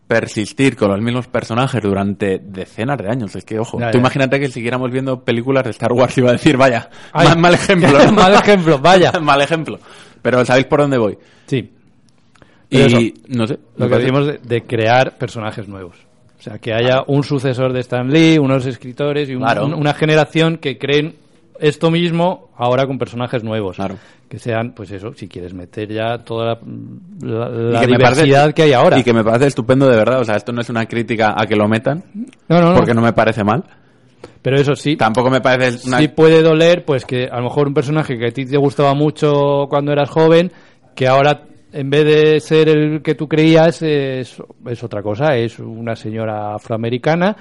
persistir con los mismos personajes durante decenas de años. Es que, ojo,
Ya,
tú
ya.
imagínate que siguiéramos viendo películas de Star Wars y iba a decir, vaya,
Ay.
mal, mal ejemplo. ¿no?
Mal ejemplo, vaya.
mal ejemplo. Pero sabéis por dónde voy.
Sí.
Y
Pero eso,
no sé. me
Lo que
parece-
decimos de, de crear personajes nuevos. O sea, que haya un sucesor de Stan Lee, unos escritores y un-
Claro.
un- una generación que creen esto mismo ahora con personajes nuevos.
Claro.
Que sean, pues eso, si quieres meter ya toda la, la-
y
la
que me parece-
diversidad que hay ahora.
Y que me parece estupendo de verdad. O sea, esto no es una crítica a que lo metan,
No, no, no.
porque no me parece mal.
Pero eso sí,
Tampoco me parece una
sí puede doler, pues que a lo mejor un personaje que a ti te gustaba mucho cuando eras joven, que ahora en vez de ser el que tú creías es, es otra cosa, es una señora afroamericana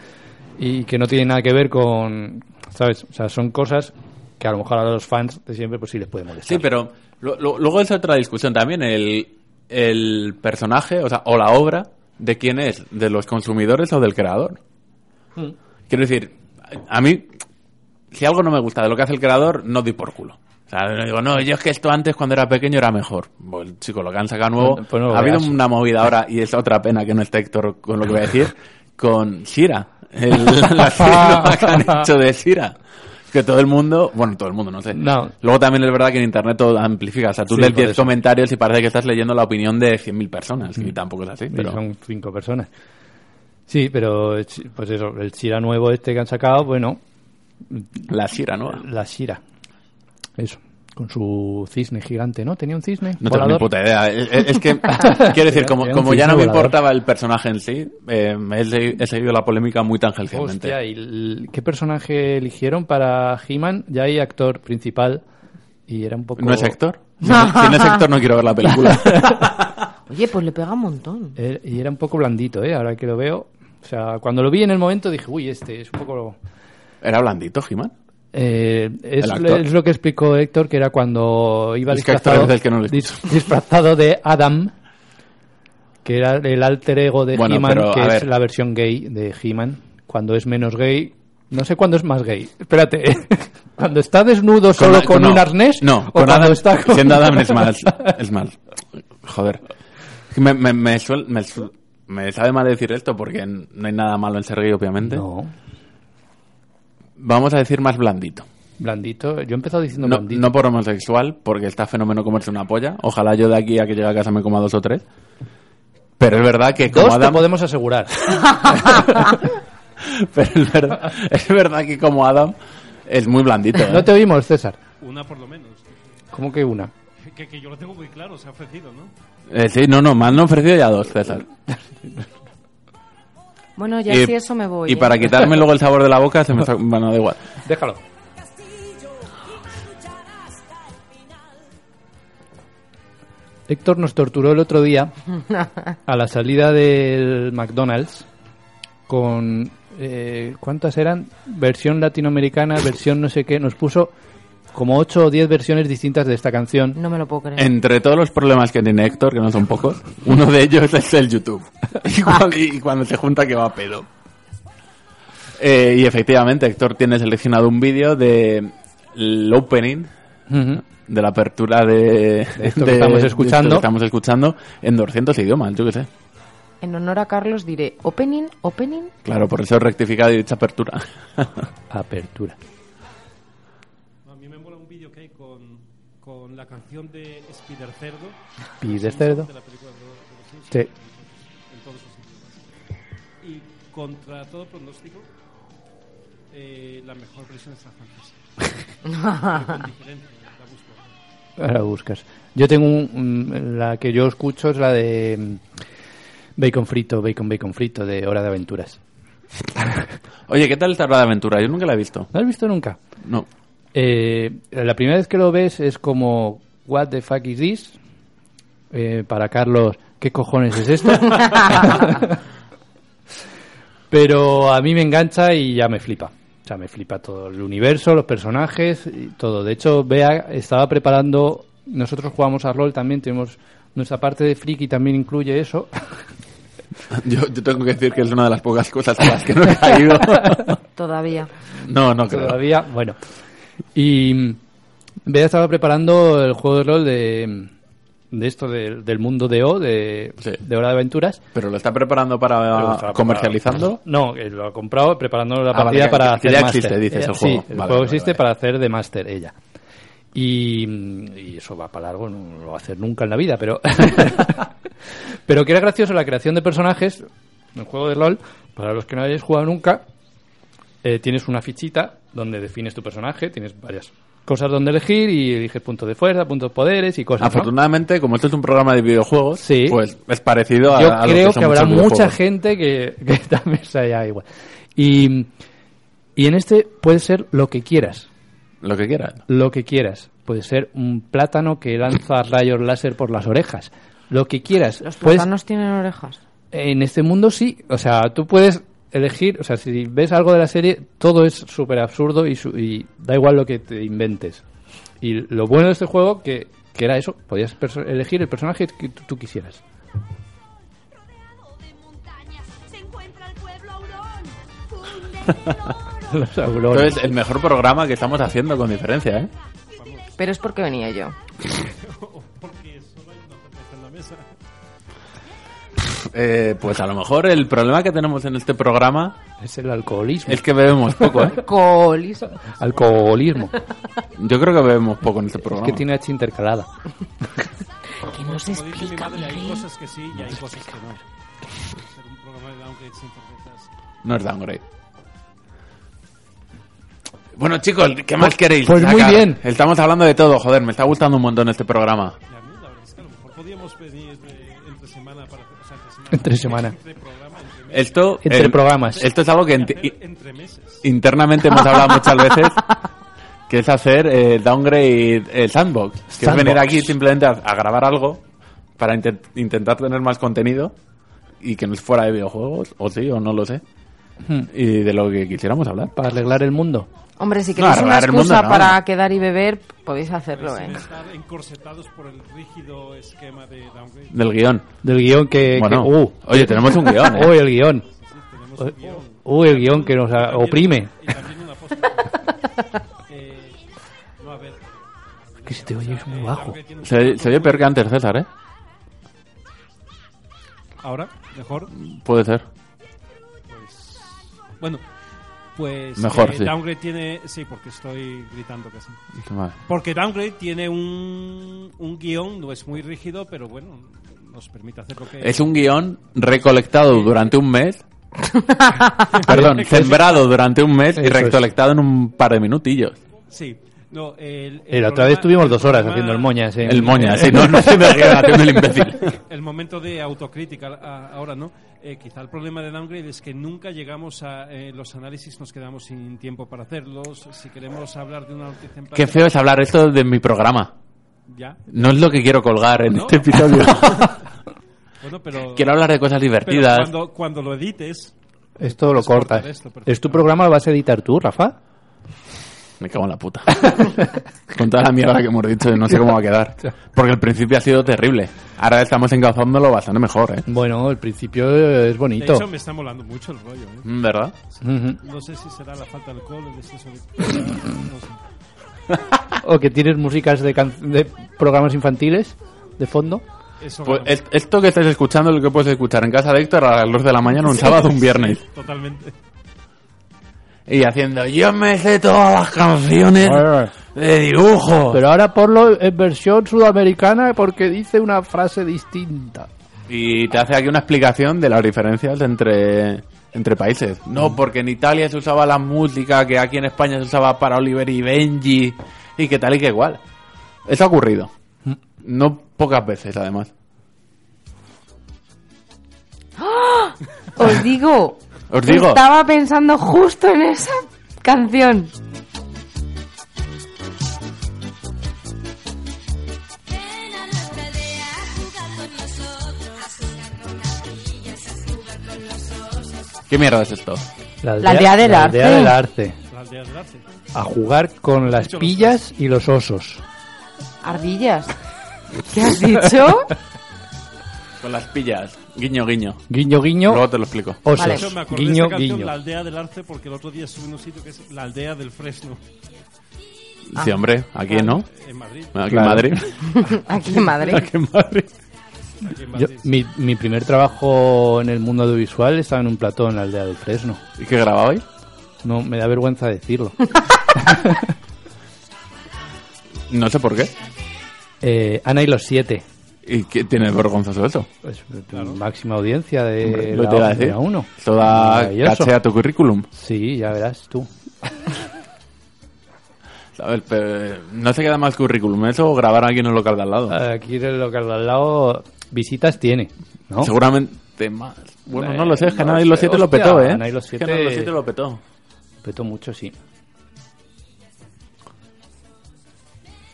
y que no tiene nada que ver con, ¿sabes? O sea, son cosas que a lo mejor a los fans de siempre pues sí les puede molestar.
Sí, pero lo- lo- luego es otra discusión también, el, el personaje, o sea, o la obra, de quién es, de los consumidores o del creador. Quiero decir, a a mí, si algo no me gusta de lo que hace el creador, no doy por culo. O sea, no digo, no, yo es que esto antes cuando era pequeño era mejor. Pues, chico, lo que han sacado nuevo.
Pues no lo
ha habido
veas.
una movida ahora, y es otra pena que no esté Héctor con lo que voy a decir, con Shira. El, la firma que han hecho de Shira. Que todo el mundo, bueno, todo el mundo, no sé.
No.
Luego también es verdad que en internet todo amplifica. O sea, tú
Sí,
lees
por
10
eso.
comentarios y parece que estás leyendo la opinión de 100.000 personas. Y tampoco es así.
Y
Pero...
son cinco personas. Sí, pero es- pues eso, el Shira nuevo este que han sacado, bueno,
La Shira, ¿no? No
la Shira. Eso, con su cisne gigante, ¿no? Tenía un cisne.
tengo ni
volador.
puta idea. Es, es- es que, quiero decir, como,
Era un
como ya
cisne
no me
volador.
importaba el personaje en sí, eh, he, se- he seguido la polémica muy tangencialmente.
Hostia, ¿y l- qué personaje eligieron para He-Man? Ya hay actor principal y era un poco...
¿No es Héctor? No, si no es Héctor, no quiero ver la película.
Oye, pues le pega un montón.
Er- y era un poco blandito, ¿eh? Ahora que lo veo. O sea, cuando lo vi en el momento dije, uy, este es un poco...
¿Era blandito, He-Man?
Eh, es,
¿El actor?
es lo que explicó Héctor, que era cuando iba
Es que Héctor
disfrazado,
es el que no lo
dis- disfrazado de Adam, que era el alter ego de
Bueno,
He-Man,
pero,
que
a
es
ver.
la versión gay de He-Man. Cuando es menos gay, no sé cuándo es más gay. Espérate, cuando está desnudo solo con,
no,
un arnés,
No,
o
con
cuando
Adam.
está con-
Siendo Adam es más. Es más. Joder. Es que Me, me, me suel- me, suel- Me sabe mal decir esto porque n- no hay nada malo en Sergei, obviamente.
No.
Vamos a decir más blandito.
Blandito. Yo he empezado diciendo
No,
blandito.
no por homosexual, porque está fenómeno comerse una polla. Ojalá yo de aquí a que llegue a casa me coma dos o tres. Pero es verdad que como
Dos te
Adam...
podemos asegurar.
Pero es verdad, es verdad que como Adam es muy blandito. ¿eh?
No te oímos, César.
Una por lo menos.
¿Cómo que una?
Que, que yo lo tengo muy claro, se ha ofrecido, ¿no?
Eh, sí, no, no, me han ofrecido ya dos, César.
Bueno, ya
Y-
si eso me voy.
Y
¿eh?
para quitarme luego el sabor de la boca, se me está... Bueno, da igual.
Déjalo. Héctor nos torturó el otro día a la salida del McDonald's con... eh, ¿Cuántas eran? Versión latinoamericana, versión no sé qué. Nos puso como 8 o 10 versiones distintas de esta canción.
No me lo puedo creer.
Entre todos los problemas que tiene Héctor, que no son pocos, uno de ellos es el YouTube. y, cuando, y cuando se junta que va a pedo. Eh, y efectivamente, Héctor tiene seleccionado un vídeo de el opening
Ujú.
de la apertura de,
De esto que estamos
de
escuchando.
esto que estamos escuchando en 200 idiomas, yo qué sé.
En honor a Carlos diré opening, opening.
Claro, por eso he rectificado y he dicho apertura.
Apertura.
A mí me mola un vídeo que hay con, con la canción de Spider Cerdo,
Pide cerdo.
de la película de de los Simpsons,
Sí.
en todos sus idiomas. Y contra todo pronóstico, eh, la mejor versión es la francesa. Pero con diferencia, la busco.
Ahora buscas. Yo tengo un- un- la que yo escucho es la de mm, bacon frito, bacon bacon frito de Hora de Aventuras.
Oye, ¿qué tal esta hora de aventura? Yo nunca la he visto.
¿No has visto nunca?
No.
Eh, la primera vez que lo ves es como What the fuck is this? Eh, para Carlos, ¿qué cojones es esto? Pero a mí me engancha y ya me flipa. O sea, me flipa todo el universo, los personajes, y todo. De hecho, Bea estaba preparando. Nosotros jugamos a rol también, tenemos nuestra parte de friki también incluye eso.
Yo, yo tengo que decir que es una de las pocas cosas a las que no he caído.
Todavía.
No, no creo.
Todavía, bueno. Y mm, Bea estaba preparando el juego de rol de, de esto del- del mundo de O, de,
Sí.
de Hora de Aventuras.
Pero lo está preparando para comercializando.
No, eh, lo ha comprado preparando la
Ah, vale,
partida
que-
para
que
hacer
ya
máster.
existe, dices, el
sí,
juego.
el
Vale,
juego
vale,
existe
vale.
para hacer de máster ella. Y, mm, y eso va para largo, no lo va a hacer nunca en la vida, pero... pero que era gracioso la creación de personajes en el juego de LOL. Para los que no hayáis jugado nunca, eh, tienes una fichita donde defines tu personaje, tienes varias cosas donde elegir y eliges puntos de fuerza, puntos de poderes y
Ah,
cosas.
pues
¿no?
Afortunadamente, como esto es un programa de videojuegos,
Sí.
pues es parecido a.
Yo
a lo
creo
que,
que,
son
habrá
muchos
mucha
videojuegos.
gente que, que también se haya igual. Y, y en este puede ser lo que quieras.
Lo que quieran.
Lo que quieras. Puede ser un plátano que lanza rayos láser por las orejas. Lo que quieras.
Los
Pues-
Puedes-
plátanos tienen orejas.
en este mundo sí. O sea, tú puedes elegir. O sea, si ves algo de la serie, todo es súper absurdo y, su- y da igual lo que te inventes. Y lo bueno de este juego que, que era eso. Podías perso- elegir el personaje que tú- tú quisieras.
Rodeado de montañas se encuentra el pueblo Aurón, funde en el oro.
Los aurones.
Entonces, el mejor programa que estamos haciendo con diferencia, ¿eh?
Pero es porque venía yo.
Porque solo hay una cerveza en la mesa.
Eh, Pues a lo mejor el problema que tenemos en este programa
Es el alcoholismo.
es que bebemos poco, ¿eh?
Colis.
Alcoholismo.
Yo creo que bebemos poco en este
Es
programa.
que tiene H intercalada.
Que no se
Como dice mi
explica,
madre, hay
Miguel.
cosas que sí y hay cosas que no. Ser un programa de downgrade sin cervezas.
No es downgrade. Bueno, chicos, ¿qué más queréis?
pues muy
sacar?
bien.
Estamos hablando de todo, joder, me está gustando un montón este programa.
Y a mí, la verdad es que a lo mejor podíamos venir eh, entre semana para hacer. O sea, entre semana.
Entre semana.
Entre programa, entre meses.
Esto,
Entre
eh,
programas.
Esto es algo que
Hacer
enti-
entre meses.
internamente hemos hablado muchas veces, que es hacer eh, downgrade eh, sandbox, que es
Sandbox.
venir aquí simplemente a, a grabar algo para inten- intentar tener más contenido y que no es fuera de videojuegos, o sí, o no lo sé,
Hmm.
y de lo que quisiéramos hablar.
Para arreglar el mundo.
Hombre, si queréis una
arreglar el mundo,
excusa
no.
para quedar y beber, podéis hacerlo,
Sin
¿eh?
estar encorsetados por el rígido esquema de downgrade.
Del guión.
Del guión que.
Bueno,
que- uh,
oye, tenemos un guión, ¿eh?
uy, el guión.
Tenemos
Uy,
un guión.
uy, el guión que nos ah, oprime.
Y también una posta. eh, no, a eh, ver.
Que se te oye es muy
eh,
bajo.
downgrade tiene un
Se, se oye peor que antes, César, ¿eh?
ahora, mejor.
Puede ser.
Bueno, pues
Mejor,
eh,
sí.
Downgrade tiene... Sí, porque estoy gritando casi.
Vale.
Porque Downgrade tiene un, un guión, no es muy rígido, pero bueno, nos permite hacer lo que...
Es un guión recolectado durante un mes. Perdón, sembrado durante un mes y
Eso es.
recolectado en un par de minutillos.
Sí. No, el, el
Eh, la otra vez
problema-
tuvimos
el
dos horas
problema-
haciendo el ¿eh? moña, sí.
El moña, sí, no, no haciendo el guión, haciendo el imbécil.
El momento de autocrítica a- ahora, ¿no? Eh, quizá el problema de Downgrade es que nunca llegamos a eh, los análisis, nos quedamos sin tiempo para hacerlos. Si queremos hablar de una noticia en
Qué feo es hablar esto de mi programa.
Ya.
No es lo que quiero colgar en
No.
este episodio.
Bueno, pero.
quiero hablar de cosas
pero
divertidas.
cuando, cuando lo edites,
Esto lo
Es cortar
cortas.
esto, perfecto.
¿Es tu programa lo vas a editar tú, Rafa?
Me cago en la puta. Con toda la mierda que hemos dicho, no sé cómo va a quedar. Porque el principio ha sido terrible. Ahora estamos encazándolo bastante mejor, ¿eh?
Bueno, el principio eh, es
de
bonito.
hecho, me está molando mucho el rollo. ¿eh?
Mm, ¿Verdad?
Ujú.
No sé si será la falta de alcohol, el exceso de. no sé.
O que tienes músicas de, can- de programas infantiles de fondo.
Eso
Pues
ganamos.
es- esto que estás escuchando es lo que puedes escuchar en casa de Héctor a las 2 de la mañana, un sábado, un viernes.
Totalmente.
Y haciendo, yo me sé todas las canciones de dibujo.
Pero ahora ponlo en versión sudamericana porque dice una frase distinta.
Y te hace aquí una explicación de las diferencias entre, entre países. No, porque en Italia se usaba la música que aquí en España se usaba para Oliver y Benji y que tal y que igual. Eso ha ocurrido.
Mm.
No pocas veces, además.
Os digo,
Os digo.
estaba pensando justo en esa canción.
Ven a nuestra aldea a jugar con nosotros, a jugar con las villas, a jugar con los osos.
¿Qué mierda es esto?
La aldea del
la aldea
arte.
del arte.
La aldea del arte.
A jugar con las
Dicho los
pillas y los osos.
Ardillas. ¿Qué has dicho?
Con las pillas. Guiño, guiño.
Guiño, guiño,
Luego te lo explico.
Vale.
osos.
Yo me acordé
Guiño,
de esta canción,
guiño.
La aldea del arte, porque el otro día estuve en un sitio que es la aldea del Fresno,
Sí, hombre, aquí no.
en Madrid.
Aquí en
Claro.
Madrid.
Aquí en Madrid.
Aquí en Madrid.
Aquí en
Yo-
Madrid.
mi, mi primer trabajo en el mundo audiovisual estaba en un plató en la aldea del Fresno.
¿Y qué grababais?
No, me da vergüenza decirlo.
No sé por qué.
Eh, Ana y los siete.
¿Y qué tiene vergonzoso eso?
Pues, Máxima audiencia de
Lo
Eh, la,
te iba a
de
decir.
la uno.
Esto da
Maravilloso.
caché a tu currículum.
Sí, ya verás tú.
¿Sabes? Pero, eh, no se queda más currículum. Eso o grabar aquí en el local de al lado.
Aquí en el local de al lado visitas tiene, ¿no?
Seguramente más. Bueno,
Eh,
no lo sé. Es que
no
nadie
sé.
los siete lo
Hostia,
petó, ¿eh?
Nadie los
Es que
Siete-
Nadie los siete lo petó.
Peto mucho, sí.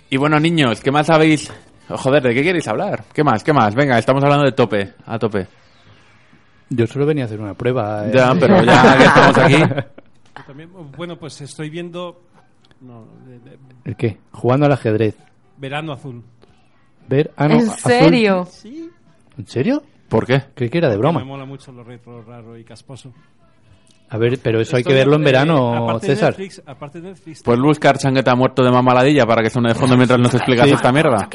Y bueno, niños, ¿qué más sabéis? Oh, Joder, ¿de qué queréis hablar? ¿Qué más? ¿Qué más? Venga, estamos hablando de tope. A tope.
Yo solo venía a hacer una prueba. eh.
Ya, pero ya que estamos aquí.
También, bueno, pues estoy viendo no, de- de-
¿El qué? Jugando al ajedrez.
Verano Azul.
Ver, ah, no,
¿En
azul.
serio?
Sí.
¿En serio?
¿Por qué?
Creí que era de
Me
broma.
mola mucho lo retro, raro y casposo.
A ver, pero eso hay que
Estoy,
verlo en
eh,
verano,
aparte
César.
De Netflix, aparte de Netflix,
Pues buscar changueta muerto de mamaladilla para que suene de fondo mientras nos explicas
Sí.
esta mierda.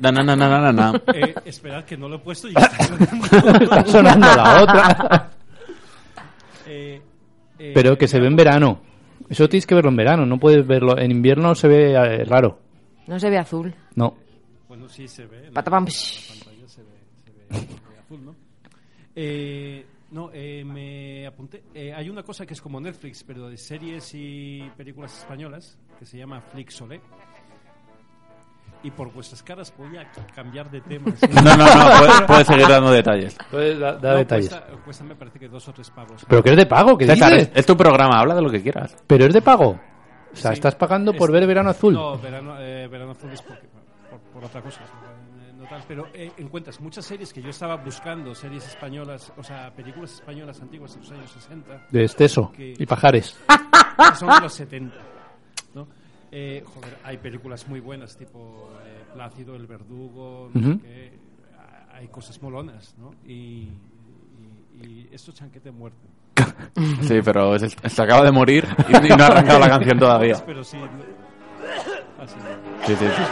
Na, na, na, na, na, na, na.
eh, esperad que no lo he puesto y está sonando.
Está sonando la otra.
Eh, eh,
Pero que se ve en verano. Eso tienes que verlo en verano, no puedes verlo. En invierno se ve eh, raro.
No se ve azul.
No.
Bueno, sí se ve. en la
Patapam, psh.
pantalla se ve, se ve- se ve azul, ¿no? Eh, no, eh, me apunté. Eh, hay una cosa que es como Netflix, pero de series y películas españolas, que se llama Flixolé. Y por vuestras caras voy a cambiar de tema. ¿sí?
No, no, no, puedes, puedes seguir dando detalles.
Puedes dar
No,
detalles.
Cuesta, cuesta, me parece que dos o tres pavos.
pues Pero que es de pago, ¿qué
César,
dices?
es, es tu programa, habla de lo que quieras.
Pero es de pago. O sea,
Sí.
estás pagando por
Es-
ver verano azul.
No, verano, eh, verano azul es porque- por, por otra cosa. eh, no tal, pero eh, encuentras muchas series que yo estaba buscando, series españolas, o sea, películas españolas antiguas de los años 60,
De exceso
Que-
y pajares.
que son de los 70. ¿no? Eh, joder, hay películas muy buenas, tipo eh, Plácido, El Verdugo, no sé
Ujú.
qué, a- hay cosas molonas, ¿no? Y, y, y esto chanquete muerto.
Sí, pero se, se acaba de morir y, y no ha arrancado la canción todavía.
Pero sí. Así.
Sí, sí, sí. sí.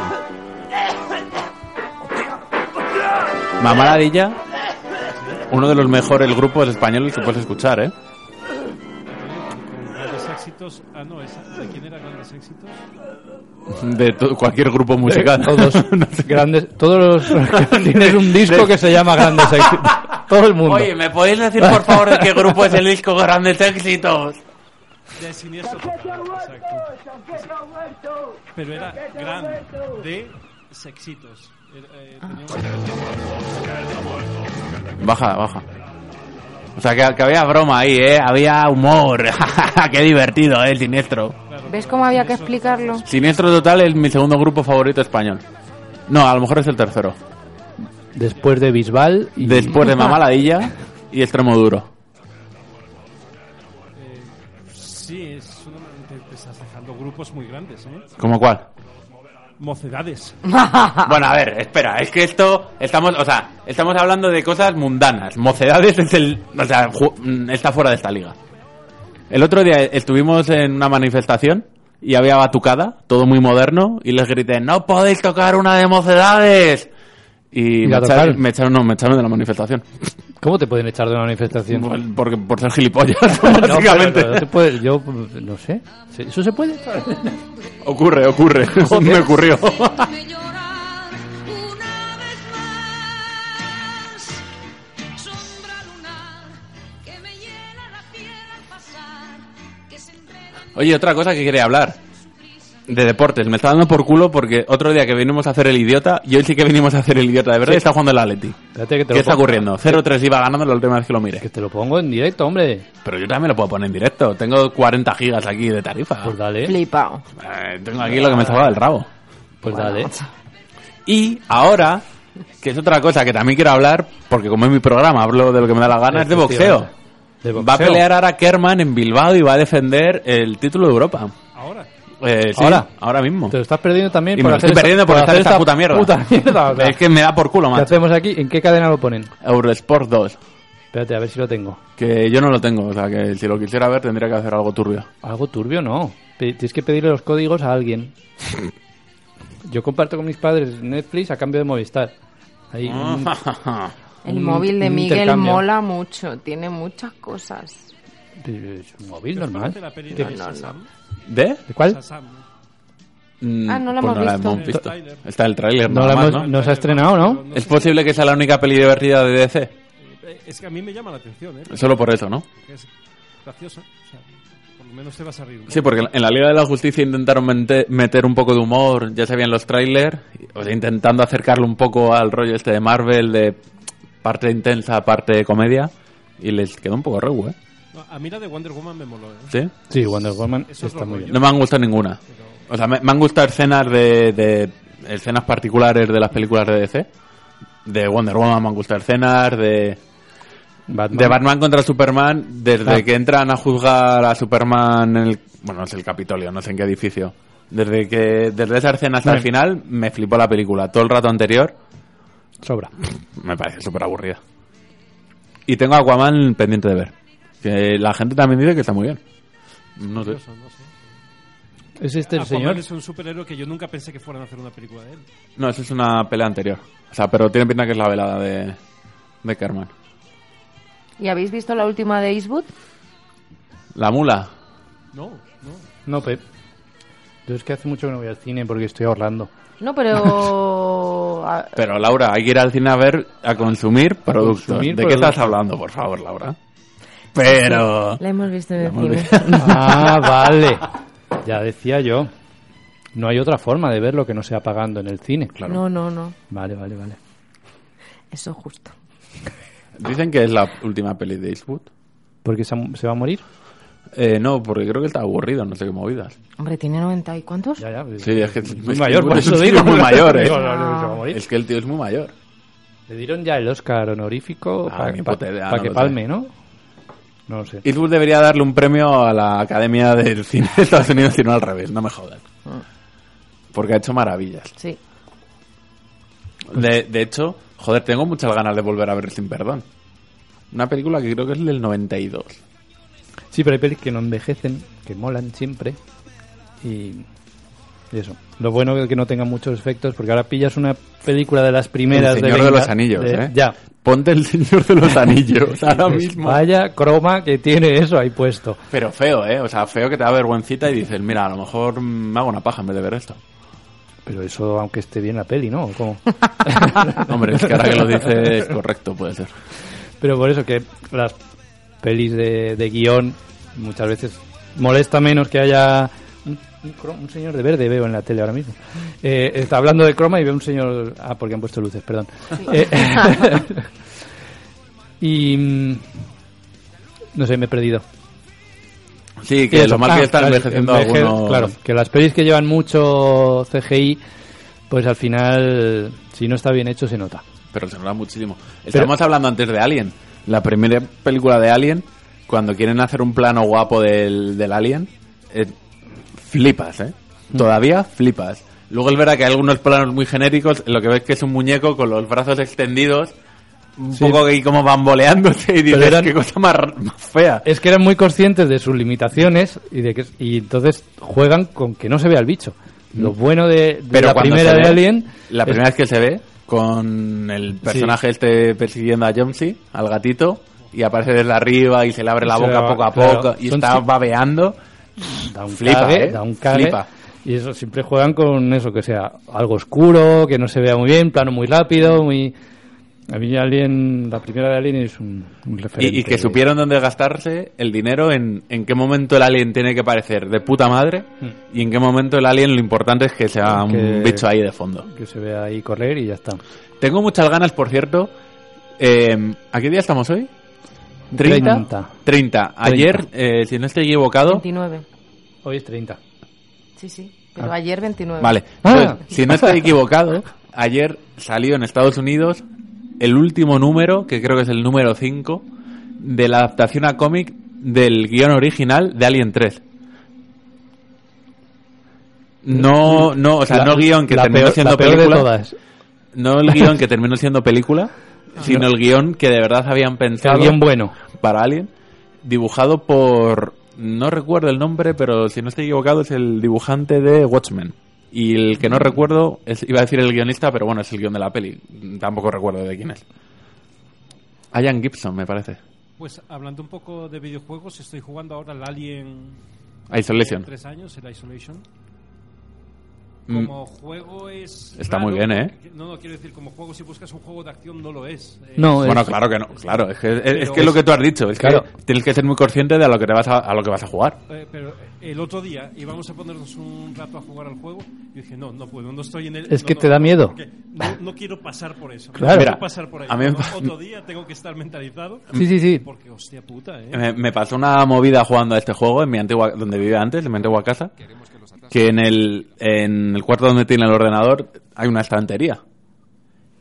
Mamaradilla.
Uno de los mejores grupos españoles que puedes escuchar, ¿eh?
Grandes éxitos. Ah, no, esa, ¿de quién era Grandes éxitos?
De to- cualquier grupo musical.
Todos
No sé.
grandes, todos los tienes un disco que se llama Grandes Éxitos. Todo el mundo.
¿me podéis decir por favor de qué grupo es el disco Grandes Éxitos?
De Siniestro Total, exacto. Pero era Grandes éxitos. Era, eh,
Ah.
tenía una
Baja, baja. O sea, que, que había broma ahí, ¿eh? Había humor. qué divertido, ¿eh? El siniestro.
¿Ves cómo había que explicarlo?
Siniestro Total es mi segundo grupo favorito español. No, a lo mejor es el tercero.
Después de Bisbal y
Después de Mamaladilla y Extremo Duro.
Eh, sí, es una, te, te estás dejando grupos muy grandes, ¿eh?
¿Cómo cuál?
Mocedades.
Ah.
Bueno, a ver, espera, es que esto estamos, o sea, estamos hablando de cosas mundanas. Mocedades es el, o sea, ju- mm, está fuera de esta liga. El otro día estuvimos en una manifestación y había batucada, todo muy moderno, y les grité, "No podéis tocar una de Mocedades." Y,
Y
me
la
echaron,
tocaron.
me echaron, no, me echaron de la manifestación.
¿Cómo te pueden echar de una manifestación?
Por, porque- por ser gilipollas,
No,
básicamente.
pero no te puede- yo no sé. ¿Se- ¿Eso se puede?
Ocurre, ocurre. Me ocurrió.
Hazme llorar una vez más. Sombra lunar que me llena la piel al pasar, que se enreda en
Oye, otra cosa que quería hablar. De deportes. Me está dando por culo porque otro día que vinimos a hacer el idiota, y hoy sí que vinimos a hacer el idiota. De verdad, está jugando el Atleti.
Espérate que te
¿Qué
lo
está
pongo-
ocurriendo? 0-3 iba ganando la última vez que lo mire.
Que te lo pongo en directo, hombre.
Pero yo también lo puedo poner en directo. Tengo 40 gigas aquí de tarifa.
Pues dale,
Flipao.
Eh, tengo aquí lo que me salva del rabo.
pues dale.
Y ahora, que es otra cosa que también quiero hablar, porque como es mi programa, hablo de lo que me da la gana, es de boxeo.
De
Va a
boxeo.
pelear ahora Kerman en Bilbao y va a defender el título de Europa.
Ahora,
Eh, sí,
Ahora.
ahora mismo.
Te lo estás perdiendo también
Y me lo estoy perdiendo por hacer esta puta mierda.
puta mierda, o sea.
Es que me da por culo,
¿Qué
macho.
hacemos aquí? ¿En qué cadena lo ponen?
Eurosport 2.
Espérate, a ver si lo tengo.
Que yo no lo tengo, o sea que si lo quisiera ver tendría que hacer algo turbio.
Algo turbio, no. Pe- Tienes que pedirle los códigos a alguien. Yo comparto con mis padres Netflix a cambio de Movistar. Ahí,
Ah. Mm.
un-
El
Un-
móvil de
un
Miguel
intercambio.
mola mucho, tiene muchas cosas.
es un móvil
¿te la
normal.
peli
¿Qué-
de Shazam?
¿De?
¿De cuál?
Shazam.
Mm,
Ah, no la
pues
hemos visto.
El tráiler.
Está el tráiler,
No
nada
la
más,
hemos-
¿no?
no se ha estrenado,
Pero
¿no?
no
Es
sé,
posible que sea la única peli divertida de DC.
eh, Es que a mí me llama la atención, ¿eh?
Solo por eso, ¿no?
Porque es graciosa. O sea, por lo menos te vas a reír. un
Sí,
poco.
porque en la Liga de la Justicia intentaron mente- meter un poco de humor, ya sabían los trailers, o sea, intentando acercarlo un poco al rollo este de Marvel, de parte intensa, parte comedia, y les quedó un poco regu, ¿eh?
No, a mí la de Wonder Woman me moló, ¿eh?
Sí.
Sí, Wonder Woman
Eso es
está muy bien.
No me han gustado ninguna. O sea, me, me han gustado escenas de, de- escenas particulares de las películas de DC. De Wonder Woman me han gustado escenas, de,
Batman.
de Batman contra Superman, desde
Ah.
que entran a juzgar a Superman en el... Bueno, no es el Capitolio, no sé en qué edificio. Desde que desde esa escena hasta el
Bueno.
final me flipó la película. Todo el rato anterior
Sobra.
me parece súper aburrida. Y tengo Aquaman pendiente de ver. Que la gente también dice que está muy bien. No sé.
Curioso, no sé.
¿Es este el
Ah,
Aquaman
señor?
Ah, es un superhéroe que yo nunca pensé que fueran a hacer una película de él.
No, eso es una pelea anterior. O sea, pero tiene pinta que es la velada de, de Kerman.
¿Y habéis visto la última de Eastwood?
La mula.
No, no.
No, Pep. Yo es que hace mucho que no voy al cine porque estoy ahorrando.
No, pero... a-
Pero Laura, hay que ir al cine a ver, a consumir productos.
consumir
¿De qué estás
productos.
hablando, por favor, Laura? Pero...
La hemos visto en
La
el
hemos
cine.
visto.
Ah, vale. Ya decía yo. No hay otra forma de verlo que no sea pagando en el cine. Claro.
No, no, no.
Vale, vale, vale.
Eso es justo.
Dicen que es la última peli de Eastwood.
¿Porque se, ha- se va a morir?
Eh, no, porque creo que está aburrido, no sé qué movidas.
Hombre, tiene 90 y cuántos?
Ya, ya.
Sí, es que
muy mayor, por
es
eso
que
digo.
es muy mayor, ¿eh?
Digo, no, no, se va a morir.
Es que el tío es muy mayor.
Le dieron ya el Oscar honorífico
Ah,
para
ni
pa-
puta idea,
pa
no
que
lo sé.
palme, ¿no? No lo sé.
Eastwood debería darle un premio a la Academia del Cine de Estados Unidos, sino al revés, no me jodas.
Ah.
Porque ha hecho maravillas.
Sí.
De, de hecho, joder, tengo muchas ganas de volver a ver Sin Perdón. Una película que creo que es del 92.
Sí, pero hay pelis que no envejecen, que molan siempre. Y Y eso. Lo bueno es que no tenga muchos efectos, porque ahora pillas una película de las
El
primeras.
Señor de,
Venga-
los Anillos,
de-
¿eh?
Ya.
Ponte el Señor de los Anillos ahora
Dices,
mismo.
Vaya croma que tiene eso ahí puesto.
Pero feo, ¿eh? O sea, feo que te da vergüencita y dices, mira, a lo mejor me hago una paja en vez de ver esto.
Pero eso, aunque esté bien la peli, ¿no? ¿O cómo?
Hombre, es que ahora que lo dices, correcto, puede ser.
Pero por eso que las pelis de, de guión muchas veces molesta menos que haya un, un cro- un señor de verde, veo en la tele ahora mismo. Eh, está hablando de croma y veo un señor... Ah, porque han puesto luces, perdón. Eh, y... mm, No sé, me he perdido.
Sí,
Y
que
eso,
lo mal
ah,
que está
claro,
envejeciendo
enveje-
algunos...
Claro, que las pelis que llevan mucho CGI, pues al final, si no está bien hecho, se nota.
Pero se nota muchísimo. Estamos hablando antes de Alien. La primera película de Alien, cuando quieren hacer un plano guapo del, del Alien, eh, flipas, ¿eh?
Mm.
Todavía flipas. Luego es verdad que hay algunos planos muy genéricos, lo que ves que es un muñeco con los brazos extendidos, un
Sí.
poco ahí como bamboleándose y dices,
eran-
qué cosa más, r- más fea.
Es que eran muy conscientes de sus limitaciones y de que y entonces juegan con que no se vea el bicho. Lo bueno de, de
Mm. Pero
la
cuando
primera
se
de
ve-
Alien
La
es-
primera vez que se ve con el personaje este persiguiendo a Jonesy, al gatito, y aparece desde arriba y se le abre
Y
la
se
boca
le va-
poco a
claro.
poco y
Son
está
chi-
babeando.
da un
flipa,
cague,
¿eh?
da un cague.
Flipa.
Y eso siempre juegan con eso que sea algo oscuro, que no se vea muy bien, plano muy rápido, muy a mí Alien, la primera de Alien es un, un referente.
Y, y que supieron dónde gastarse el dinero, en, en qué momento el alien tiene que parecer de puta madre y en qué momento el alien lo importante es que sea un
Hmm. Que-
bicho ahí de fondo.
que se vea ahí correr y ya está.
Tengo muchas ganas, por cierto. eh, ¿A qué día estamos hoy?
Treinta.
30. Ayer, eh, si no estoy equivocado,
29.
Hoy es 30.
Sí, sí. Pero ayer 29.
Vale.
Ah.
Pues, si no estoy equivocado, ayer salió en Estados Unidos el último número, que creo que es el número 5, de la adaptación a cómic del guión original de Alien 3. No, no, o sea,
La-
no guión que
la
terminó
peor, la
siendo
peor
película.
de todas.
No el guión que terminó siendo película, sino el guión que de verdad habían pensado
El guión bueno.
para Alien, dibujado por. No recuerdo el nombre, pero si no estoy equivocado, es el dibujante de Watchmen. Y el que no recuerdo, es- iba a decir el guionista, pero bueno, es el guion de la peli. Tampoco recuerdo de quién es. Ian Gibson, me parece.
Pues hablando un poco de videojuegos, estoy jugando ahora el Alien
Isolation.
Tres años, el Isolation.
Mm,
Como juego es.
Está
raro,
muy bien, ¿eh?
porque- No, no, quiero decir, como juego, si buscas un juego de acción, no lo es. Eh,
No,
Bueno,
es-
claro que no. Claro, es que es, es
Pero
que lo
es-
que tú has dicho. Es
Claro.
que tienes que ser muy consciente de a lo que te vas a, a lo que vas a jugar.
eh, pero el otro día íbamos a ponernos un rato a jugar al juego. Yo dije, no, no puedo, no estoy en el.
Es
no,
que
no,
te da
no,
miedo.
porque No, no quiero pasar por eso.
Claro.
No
Mira,
quiero pasar por ahí.
a mí me
No,
pa-
Otro día tengo que estar mentalizado.
Sí, sí, sí.
Porque, hostia puta, ¿eh?
Me, me pasó una movida jugando a este juego en mi antigua, donde vivía antes, en mi antigua casa, que en el, en el cuarto donde tiene el ordenador hay una estantería.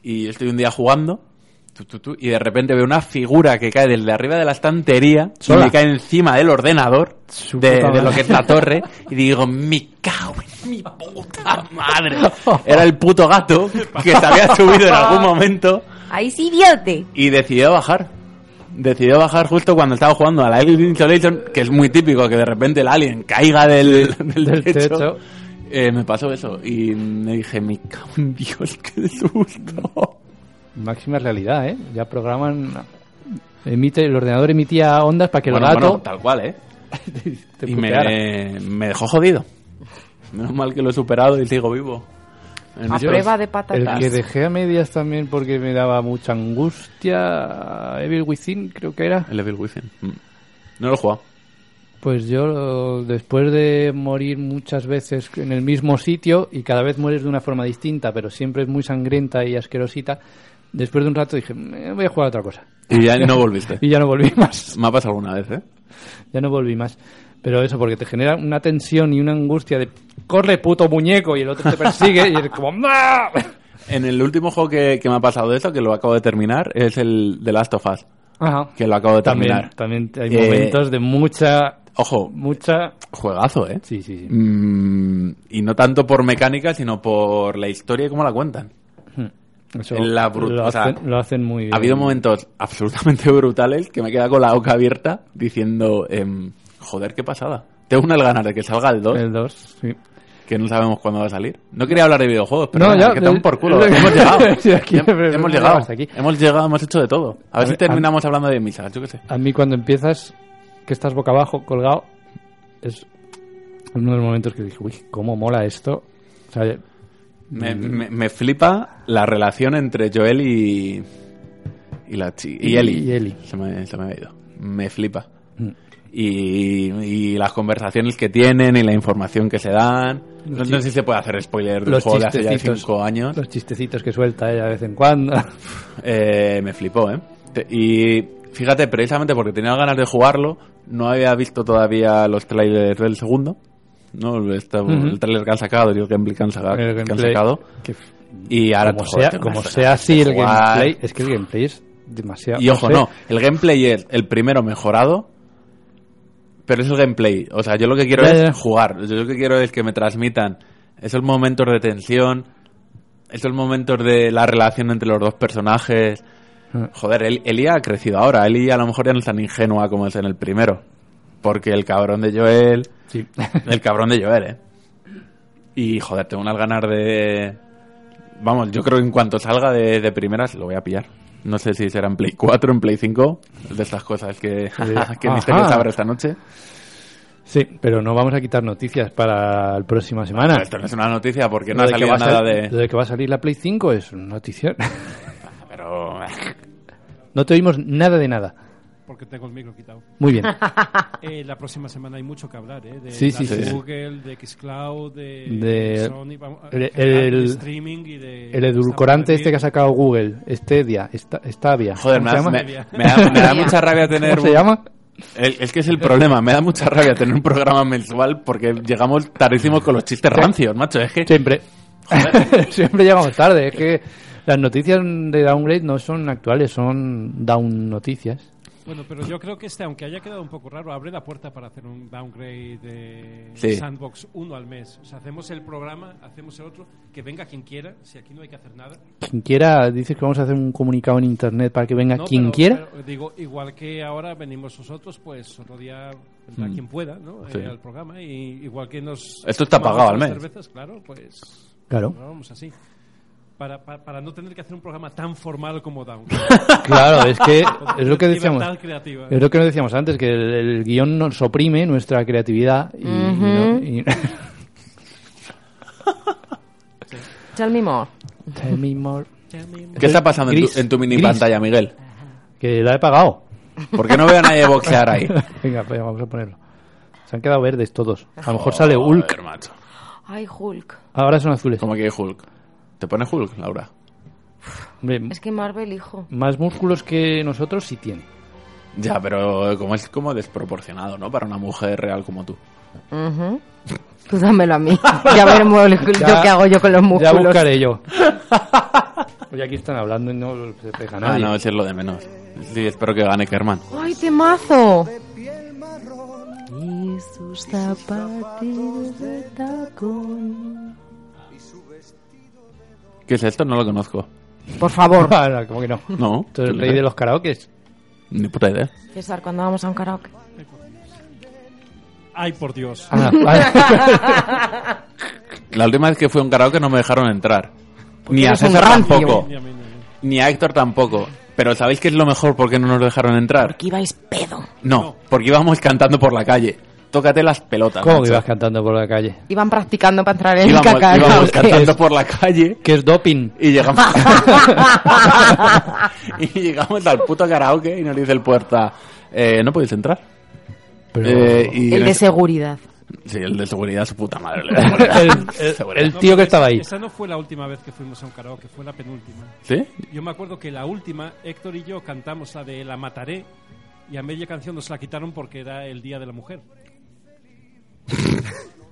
Y estoy un día jugando, tu, tu, tu, y de repente veo una figura que cae desde arriba de la estantería, y
Sola.
me cae encima del ordenador,
Su
de,
puta
de lo
madre.
que es la torre, y digo, mi cago en mi puta madre. Era el puto gato que se había subido en algún momento
Ahí sí, idiote.
y decidió bajar. Decidió bajar justo cuando estaba jugando a la Alien Isolation, que es muy típico que de repente el alien caiga del, del
Del
techo.
techo.
Eh, me pasó eso y me dije, mi cago en Dios, qué susto.
Máxima realidad, ¿eh? Ya programan. Emite, el ordenador emitía ondas para que
bueno,
el gato
bueno, tal cual, ¿eh?
te
y
puteara.
me, me dejó jodido. Menos mal que lo he superado y sigo vivo. En
A
Dios.
prueba de
El
patatas.
que dejé a medias también porque me daba mucha angustia. Evil Within, creo que era.
El Evil Within. Mm. No lo he jugado.
Pues yo, después de morir muchas veces en el mismo sitio y cada vez mueres de una forma distinta, pero siempre es muy sangrienta y asquerosita, después de un rato dije, "Me voy a jugar a otra cosa.
Y ya no volviste.
Y ya no volví más.
Me ha pasado alguna vez, ¿eh?
Ya no volví más. Pero eso, porque te genera una tensión y una angustia de corre puto muñeco y el otro te persigue y es como "¡Ah!".
En el último juego que, que me ha pasado de eso, que lo acabo de terminar, es el The Last of Us.
Ajá.
que lo acabo de
También,
terminar.
también hay
Eh,
momentos de mucha,
Ojo,
mucha...
juegazo, ¿eh?
Sí, sí, sí.
Mm, y no tanto por mecánica, sino por la historia y cómo la cuentan.
Eso
la brut-
lo,
o sea,
hacen, lo hacen muy bien.
Ha habido momentos absolutamente brutales que me he quedado con la boca abierta diciendo, em, joder, qué pasada. Tengo unas ganas de que salga el 2,
El 2, sí.
que no sabemos cuándo va a salir. No quería hablar de videojuegos, pero
No,
nada,
ya,
que estamos por culo.
es lo que-
Hemos llegado.
Sí, aquí,
Hem-
pero-
hemos,
pero
llegado.
hasta aquí.
hemos llegado, hemos hecho de todo. A ver
A
si
ver,
terminamos hablando de misa, yo qué sé.
A mí cuando empiezas, que estás boca abajo, colgado, es uno de los momentos que dije, uy, cómo mola esto. O sea, Mm.
Me, me- me flipa la relación entre Joel y. Y, la chi- y
Y-
Eli.
y Eli.
Se me, se me ha ido. Me flipa.
Mm.
Y, y las conversaciones que tienen y la información que se dan. No, no sé si se puede hacer spoiler del
Los
juego de hace ya
chistecitos.
5 años.
los chistecitos que suelta ella de vez en cuando.
Eh, me flipó, ¿eh? Te- Y fíjate, precisamente porque tenía ganas de jugarlo, no había visto todavía los trailers del segundo. ¿no? Esta-
Ujú.
El trailer que han sacado, yo que han, que han saca-
El
que han
gameplay.
sacado.
Que-
Y ahora
como
joder,
sea,
tengo
como
unas
sea
ganas
así
de
el
jugar.
gameplay, es que el gameplay es demasiado.
Y ojo,
sé,
no, el gameplay es el primero mejorado, pero es el gameplay. O sea, yo lo que quiero
Ya,
es
ya, ya.
jugar. Yo lo que quiero es que me transmitan esos momentos de tensión, esos momentos de la relación entre los dos personajes.
Ah.
Joder, El- Eli ha crecido ahora. Eli a lo mejor ya no es tan ingenua como es en el primero. Porque el cabrón de Joel.
sí.
El cabrón de llover, ¿eh? Y joder, tengo unas ganas de... Vamos, yo creo que en cuanto salga de, de primeras lo voy a pillar. No sé si será en Play 4, en Play 5, es de estas cosas que, que
Ajá.
misterios habrá esta noche.
Sí, pero no vamos a quitar noticias para la próxima semana.
Esto no es una noticia porque no
Lo
ha
de que
salido
va a
nada
salir- lo
de...
de que va a salir la Play 5 es una noticia.
Pero...
No te oímos nada de nada.
Porque tengo el micro quitado.
Muy bien.
Eh, la próxima semana hay mucho que hablar, ¿eh? De
Sí,
la
sí,
sí, sí.
Google, de Xcloud, de,
De-
Sony, vamos,
el-
en general,
el-
de streaming y de...
El edulcorante este que ha sacado Google, Stadia, esta, Stavia.
Joder, me
¿cómo se
da,
llama?
me- me da- me da mucha rabia tener...
¿Cómo se llama?
El- es que es el problema, me da mucha rabia tener un programa mensual porque llegamos tardísimos con los chistes rancios, macho. Es que...
Siempre. Siempre llegamos tarde. Es que las noticias de downgrade no son actuales, son down noticias.
Bueno, pero yo creo que este, aunque haya quedado un poco raro, abre la puerta para hacer un downgrade de
Sí.
Sandbox uno al mes. O sea, hacemos el programa, hacemos el otro, que venga quien quiera, si aquí no hay que hacer nada.
Quien quiera, dices que vamos a hacer un comunicado en internet para que venga
No,
quien
pero-
quiera.
pero digo, igual que ahora venimos nosotros, pues otro día vendrá
Mm.
quien pueda, ¿no? Eh,
Sí.
al programa. Y igual que nos.
Esto está
tomamos
pagado al
las
mes.
cervezas, claro, pues.
Claro.
Vamos así. Para, para, para no tener que hacer un programa tan formal como Down.
Claro, es que es lo que decíamos.
Libertad creativa.
Es lo que nos decíamos antes, que el, el guión nos oprime nuestra creatividad y, no- y-
Tell me more.
Tell me more.
¿Qué está pasando en tu,
Gris,
en tu mini
gris.
pantalla, Miguel?
Que la he pagado.
¿Por qué no veo a nadie boxear ahí?
Venga, pues vamos a ponerlo. Se han quedado verdes todos. A lo mejor sale Hulk.
Joder, macho.
Ay, Hulk.
Ahora son azules.
¿Cómo que Hulk? ¿Te pone Hulk, Laura?
Hombre,
Es que Marvel, hijo.
más músculos que nosotros sí tiene.
Ya, pero como es como desproporcionado, ¿no? Para una mujer real como tú.
Ujú. Tú dámelo a mí. Ya veremos el- yo qué hago yo con los
Ya
músculos.
buscaré yo. Oye, aquí están hablando y no se pega
Ah,
nadie.
no, eso es lo de menos. Sí, espero que gane Kerman.
¡Ay, temazo! Y sus zapatillas de tacón.
¿Qué es esto? No lo conozco.
Por favor,
Ah, no, ¿cómo que no?
No.
Esto es el rey de los karaokes.
Ni puta idea.
César, cuando vamos a un karaoke.
Ay, por Dios.
Ah, vale.
La última vez que fui a un karaoke no me dejaron entrar.
Pues
Ni a
eres un
César
rancio.
tampoco.
Ni a mí, ni a mí.
Ni a Héctor tampoco. Pero ¿sabéis qué es lo mejor por qué no nos dejaron entrar?
Aquí vais pedo.
No, porque íbamos cantando por la calle. Tócate las pelotas.
¿Cómo que
macho.
ibas cantando por la calle?
Iban practicando para entrar en el
íbamos,
karaoke.
íbamos cantando por la calle
Que es doping.
y llegamos y llegamos al puto karaoke y nos dice el puerta eh, no podéis entrar
Pero...
Eh, y
El
en
de
ese-
seguridad.
sí, el de seguridad su puta madre el de seguridad.
El- el-
Seguridad.
el- tío que
pero
estaba
esa-
ahí.
Esa no fue la última vez que fuimos a un karaoke, fue la penúltima.
¿Sí?
Yo me acuerdo que la última, Héctor y yo cantamos la de La Mataré y a media canción nos la quitaron porque era el Día de la Mujer.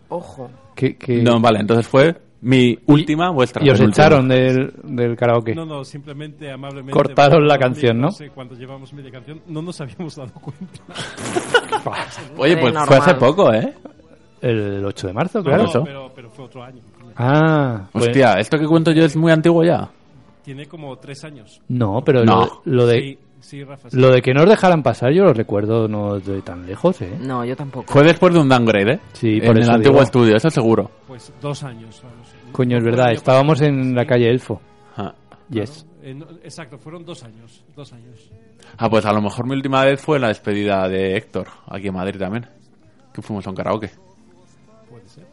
Ojo.
que, que-
no vale entonces fue mi última vuestra
y os
penúltima.
echaron del, del karaoke.
No, no, simplemente amablemente.
Cortaron la
porque
canción, ¿no?
sé, cuando llevamos media canción no nos habíamos dado cuenta.
oye pues
Normal.
fue hace poco eh
El 8 de marzo,
Por
claro.
eso.
No, pero, pero fue otro año.
Ah, pues-
hostia esto que cuento yo es muy antiguo ya
Tiene como tres años.
No, pero
No.
Lo, lo de
Sí, Sí, Rafa. sí.
Lo de que nos dejaran pasar, yo lo recuerdo no de tan lejos, ¿eh?
No, yo tampoco.
Fue después de un downgrade, ¿eh?
Sí, por
en el
eso
antiguo
digo.
estudio, eso seguro.
Pues dos años. vamos.
Coño, es
Un
verdad,
año
estábamos
pasado,
en
sí.
la calle Elfo.
Ah.
Yes.
Eh, no, exacto, fueron dos años. Dos años.
Ah, pues a lo mejor mi última vez fue la despedida de Héctor, aquí en Madrid también. Que fuimos a un karaoke.
Puede ser.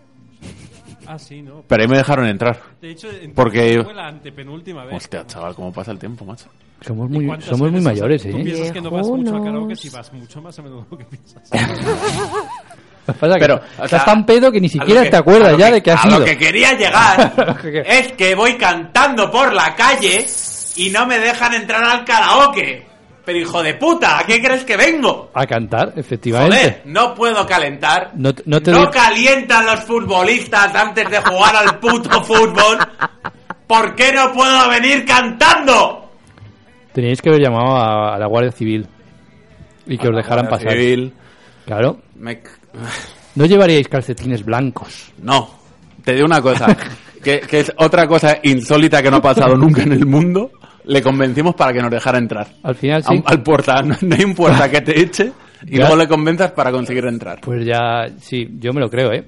Ah, sí, ¿no?
Pero ahí me dejaron entrar.
De hecho, en-
Porque-
fue la antepenúltima vez.
Hostia, chaval, cómo pasa el tiempo, macho.
Somos
¿Y
muy,
cuántas
somos muy
veces has-
mayores,
Tú
¿eh?
piensas que no vas mucho a karaoke
Viejonos.
si vas mucho más a menudo que piensas.
Lo que pasa es que
Pero, o
estás
sea,
tan pedo que ni
A
siquiera
lo que-
te
a
acuerdas
lo
ya de que has
a
ido.
Lo que quería llegar
que-
es que voy cantando por la calle y no me dejan entrar al karaoke. Pero hijo de puta, ¿a qué crees que vengo?
A cantar, efectivamente.
Joder, no puedo calentar.
No te- no te di-
calientan los futbolistas antes de jugar al puto fútbol. ¿Por qué no puedo venir cantando?
Teníais que haber llamado a, a la Guardia Civil y que os dejaran pasar. Claro.
Me c-
No llevaríais calcetines blancos.
No, te digo una cosa, que, que es otra cosa insólita que no ha pasado nunca en el mundo. Le convencimos para que nos dejara entrar.
Al final
A un-
sí.
al puerta, no, no hay un puerta que te eche y
Ya.
luego le convenzas para conseguir entrar.
Pues ya, sí, yo me lo creo, ¿eh?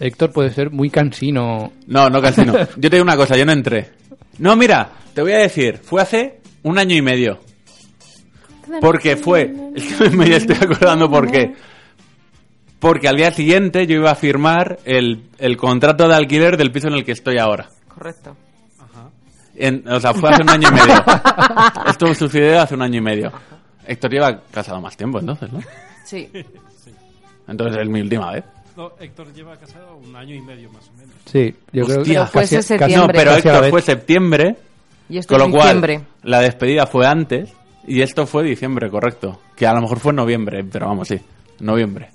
Héctor puede ser muy cansino.
No, no, casi no. Yo te digo una cosa, yo no entré. No, mira, te voy a decir, fue hace un año y medio. Porque fue, es que me estoy acordando por qué. Porque al día siguiente yo iba a firmar el, el contrato de alquiler del piso en el que estoy ahora.
Correcto.
En- o sea, fue hace un año y medio. Esto sucedió hace un año y medio. Héctor lleva casado más tiempo entonces, ¿no?
Sí.
Entonces es mi última vez.
No, Héctor lleva casado un año y medio más o menos.
Sí, yo creo que
Hostia. Pero
casi-
fue ese
casi-
No,
septiembre.
pero
casi a la
Héctor
vez.
fue septiembre,
Y esto
con
es
lo cual
diciembre.
la despedida fue antes y esto fue diciembre, correcto. Que a lo mejor fue noviembre, pero vamos, sí, noviembre.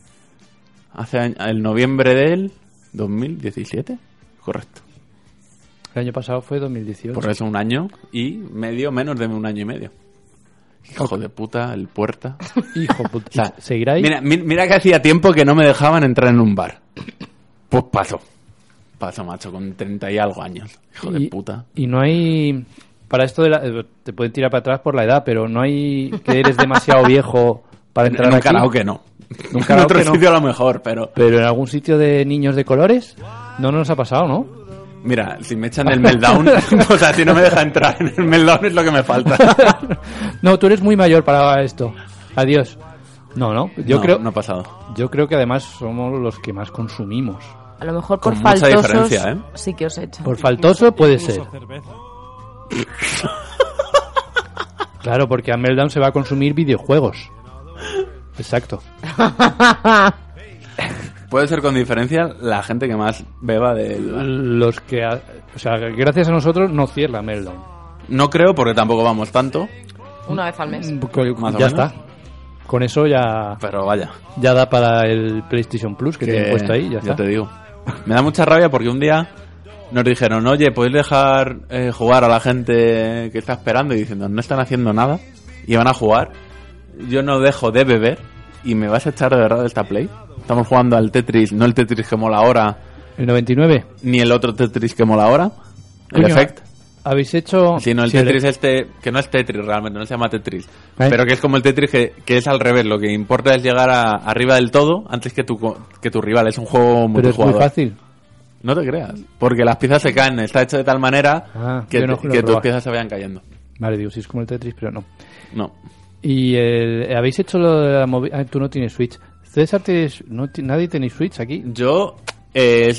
Hace año- el noviembre del 2017, correcto.
El año pasado fue 2018.
Por eso un año y medio, menos de un año y medio. Hijo de puta, el puerta.
Hijo puta.
O sea,
¿Seguirá ahí?
Mira, mi- mira que hacía tiempo que no me dejaban entrar en un bar. Pues paso. Paso, macho, con 30 y algo años. Hijo de
Y-
puta.
Y no hay... Para esto de la- eh, te pueden tirar para atrás por la edad, pero no hay que eres demasiado viejo para
En,
entrar
en un
aquí.
karaoke no.
En un
en
karaoke
otro
no.
sitio a lo mejor, pero...
Pero en algún sitio de niños de colores no nos ha pasado, ¿no?
Mira, si me echan el meltdown... o sea, si no me deja entrar en el meltdown es lo que me falta.
no, tú eres muy mayor para esto. Adiós. No, no. Yo
No,
creo
No ha pasado.
yo creo que además somos los que más consumimos.
A lo mejor por
Con mucha
faltosos
diferencia, ¿eh?
sí que os echan.
Por faltoso puede ser.
Incluso cerveza.
Claro, porque a Meltdown se va a consumir videojuegos. Exacto.
Puede ser con diferencia la gente que más beba del... bar.
Los que... ha- o sea, gracias a nosotros no cierra Meltdown.
No creo porque tampoco vamos tanto,
Una vez al
Mm.
mes.
Pues, Más o
ya
menos.
está. Con eso ya,
pero vaya.
ya da para el PlayStation Plus que, tienen puesto ahí. Ya está.
te digo. Me da mucha rabia porque un día nos dijeron, oye, ¿podéis dejar eh, jugar a la gente que está esperando? Y diciendo, no están haciendo nada y van a jugar. Yo no dejo de beber y me vas a echar de verdad de esta play. Estamos jugando al Tetris, no el Tetris que mola ahora,
El 99.
ni el otro Tetris que mola ahora. El
Coño,
Effect.
Habéis hecho...
Sino el
sí,
Tetris este, que no es Tetris realmente, no se llama Tetris.
¿Eh?
Pero que es como el Tetris que, que es al revés, lo que importa es llegar a- arriba del todo antes que tu, co- que tu rival. Es un juego
Pero es muy
multijugador.
fácil.
No te creas. Porque las piezas se caen. Está hecho de tal manera
Ah,
que,
yo no
te-
lo
que tus
probaba.
piezas se vayan cayendo.
Vale, digo, sí es como el Tetris, pero no.
No.
Y el- habéis hecho lo de la movi- Ah, tú no tienes Switch. César, tienes, no ti- nadie tenéis Switch aquí.
Yo eh,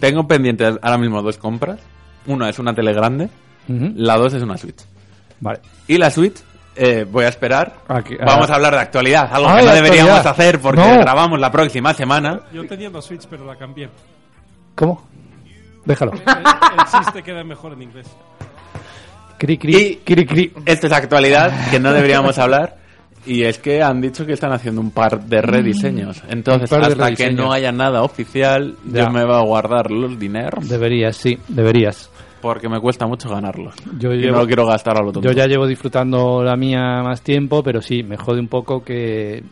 tengo pendientes ahora mismo dos compras. Una es una tele grande.
Ujú.
La dos es una Switch.
Vale.
Y la Switch, eh, voy a esperar.
Ah, que- ah.
Vamos a hablar de actualidad. Algo
Ah,
que no
de
deberíamos
actualidad.
hacer porque
No.
grabamos la próxima semana.
Yo tenía una Switch, pero la cambié.
¿Cómo? Déjalo.
El, el chiste queda mejor en inglés.
Cri, cri,
Y-
cri, cri.
Esto es actualidad que no deberíamos hablar. Y es que han dicho que están haciendo un par de rediseños. Entonces,
Mm. Un par de
hasta que
rediseños.
no haya nada oficial,
Ya.
yo me voy a guardar los dineros
Deberías, sí, deberías.
porque me cuesta mucho ganarlos.
Yo
y
llevo-
no lo quiero gastar a lo tonto.
Yo ya llevo disfrutando la mía más tiempo, pero sí, me jode un poco que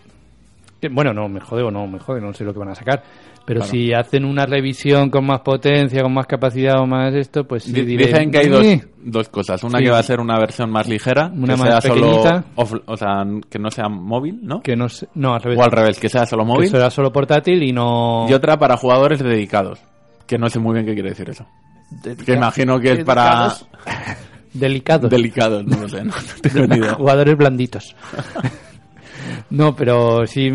que- bueno, no, me jode o no, me jode, no sé lo que van a sacar. Pero si hacen una revisión con más potencia, con más capacidad o más esto, pues sí
Di-
diré,
Dicen que hay dos,
"Eh".
dos cosas. Una
Sí.
que va a ser una versión más ligera,
Una
que
más
sea solo
pequeñita.
off- o sea, que no sea móvil, ¿no?
Que no, sé- no, al revés.
O al revés, que sea solo
que
móvil.
será solo portátil y no...
Y otra para jugadores dedicados, que no sé muy bien qué quiere decir eso. Que imagino que es para
Dedicados. Delicados.
delicados, no lo sé, no, no tengo ni idea.
Jugadores blanditos. no, pero sí.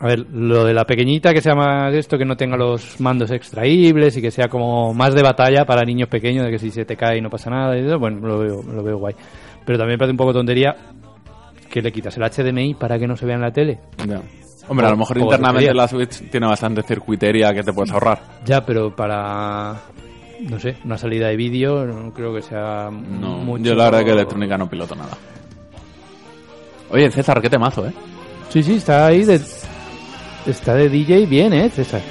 A ver, lo de la pequeñita que sea más esto, que no tenga los mandos extraíbles y que sea como más de batalla para niños pequeños, de que si se te cae no pasa nada y eso, bueno, lo veo, lo veo guay. Pero también me parece un poco tontería que le quitas el HDMI para que no se vea en la tele.
Ya. Hombre, a lo mejor
Joder,
internamente
tontería.
la Switch tiene bastante circuitería que te puedes ahorrar.
Ya, pero para, no sé, una salida de vídeo, no creo que sea
No,
mucho.
yo la verdad que electrónica no piloto nada. Oye, César, qué temazo, ¿eh?
Sí, sí, está ahí de... Está de DJ bien, ¿eh, César?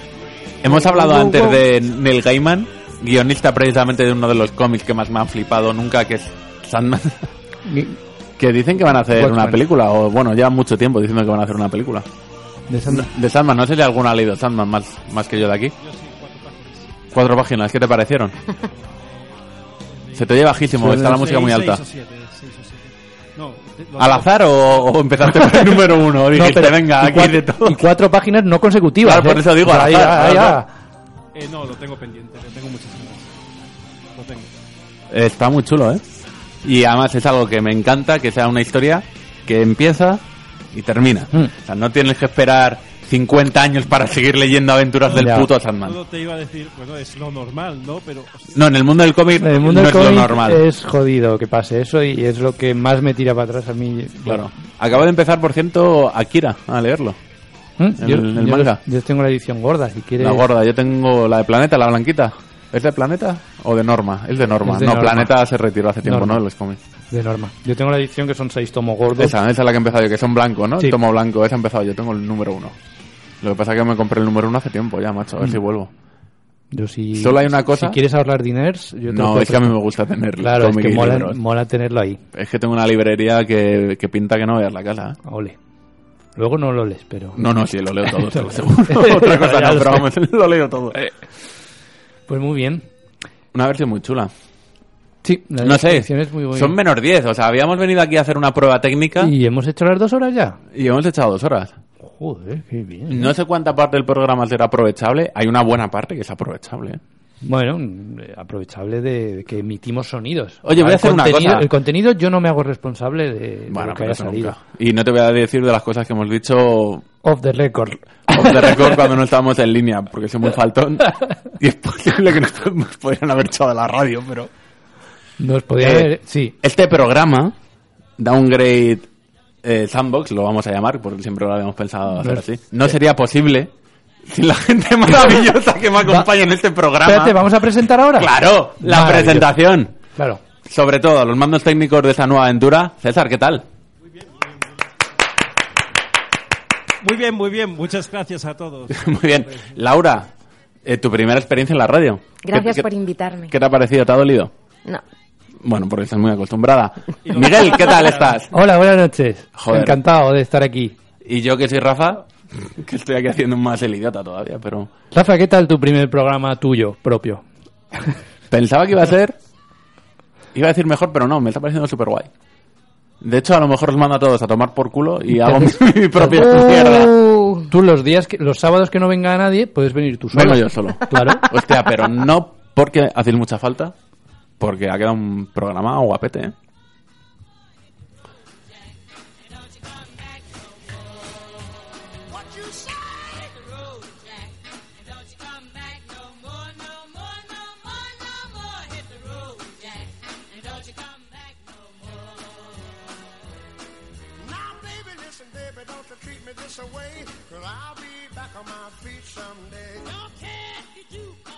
Hemos hablado
wow,
antes
wow.
de Neil Gaiman, guionista precisamente de uno de los cómics que más me han flipado nunca, que es Sandman. Que dicen que van a hacer
Watchmen.
una película, o bueno, llevan mucho tiempo diciendo que van a hacer una película.
De Sandman.
De Sandman, no sé si alguno ha leído Sandman más, más que yo de aquí. cuatro páginas. ¿qué te parecieron? Se te oye bajísimo,
Pues
está la música muy
Seis-
alta.
seis o siete, seis o siete. No, de- lo-
¿Al azar o, o empezaste por el número uno? Dijiste,
pero-
venga,
y
aquí
cuatro,
de todo.
y cuatro páginas no consecutivas.
Claro, por
¿eh?
eso digo,
O sea,
al
ahí,
azar,
ahí,
al
ahí.
azar.
Eh, no, lo tengo pendiente, lo tengo muchísimas. Lo tengo.
Está muy chulo, ¿eh? Y además es algo que me encanta, que sea una historia que empieza y termina.
Mm.
O sea, no tienes que esperar 50 años para seguir leyendo aventuras del
Ya.
puto Sandman.
Todo te iba a decir, bueno, es lo normal, ¿no? Pero hostia,
No, en el mundo del cómic
En el mundo
no
del
es lo
cómic
normal.
es jodido que pase eso y es lo que más me tira para atrás a mí.
Claro. Acabo de empezar, por cierto, Akira, a leerlo.
¿Mm?
El- el manga.
Yo tengo la edición gorda, si quieres.
La gorda, yo tengo la de Planeta, la blanquita. ¿Es de Planeta o de Norma? Es de Norma.
Es de
no,
Norma.
Planeta se retiró hace tiempo,
Norma.
¿no? De los cómics.
De norma. Yo tengo la edición que son seis tomos gordos.
Esa, esa es la que he empezado yo, que son blanco, ¿no?
Sí.
El tomo blanco, esa he empezado yo, tengo el número uno. Lo que pasa es que me compré el número uno hace tiempo ya, macho, a
Mm.
ver si vuelvo.
Yo si,
Solo hay una cosa-
Si quieres ahorrar diners, yo te lo
No,
puedo
es que a mí me
prestar.
gusta tener
Claro, es
cómic
que
y
mola,
libros.
mola tenerlo ahí.
Es que tengo una librería que, que pinta que no veas la casa. ¿eh?
Ole. Luego no lo lees, pero.
No, no, sí, lo leo todo, te lo aseguro. Otra cosa
Ya
no,
lo
pero
sé. Eh.
vamos, lo leo todo.
Pues muy bien.
Una versión muy chula.
Sí, la
No sé,
edición es muy buena.
son menos 10, o sea, habíamos venido aquí a hacer una prueba técnica y,
Y hemos hecho las dos horas ya.
hemos echado dos horas.
Joder, qué bien.
No sé cuánta parte del programa será aprovechable, hay una buena parte que es aprovechable. ¿eh?
Bueno, mm, eh, aprovechable de, de que emitimos sonidos.
Oye, voy a
El
hacer una
contenido-
cosa.
El contenido yo no me hago responsable de, de
Bueno,
lo que
pero
haya
eso
salido.
nunca. Y no te voy a decir de las cosas que hemos dicho
Off the record.
Off the record cuando no estábamos en línea, porque soy muy faltón. Y es posible que nos, nos podrían haber echado de la radio, pero.
Nos podía
Eh,
haber... Sí.
Este programa, Downgrade eh, Sandbox, lo vamos a llamar, porque siempre lo habíamos pensado hacer
No es-
así. No sería posible sin la gente maravillosa que me acompaña en este programa.
Espérate, ¿vamos a presentar ahora?
Claro, la
Maravilloso.
presentación.
Claro.
Sobre todo, a los mandos técnicos de esta nueva aventura. César, ¿qué tal?
Muy bien, muy bien, muchas gracias a todos.
Muy bien. Laura, eh, tu primera experiencia en la radio. ¿Qué-
Gracias
qué-
por invitarme.
¿Qué te ha parecido? ¿Te ha dolido?
No.
Bueno, porque estás muy acostumbrada. Miguel, ¿qué tal estás?
Hola, buenas noches.
Joder.
Encantado de estar aquí.
Y yo que soy Rafa, que estoy aquí haciendo más el idiota todavía, pero
Rafa, ¿qué tal tu primer programa tuyo, propio?
pensaba que iba a ser... Iba a decir mejor, pero no, me está pareciendo súper guay. De hecho, a lo mejor os mando a todos a tomar por culo y hago mi, mi propia
¡Oh!
mierda.
Uh,
Tú los días, que, los sábados que no venga nadie, puedes venir tú solo.
Vengo yo solo.
Claro.
Hostia, pero no porque hacéis mucha falta, porque ha quedado un programa guapete, ¿eh?
Now, baby, listen, baby, don't you treat me this away. Cause I'll be back on my feet someday.
Don't care if you do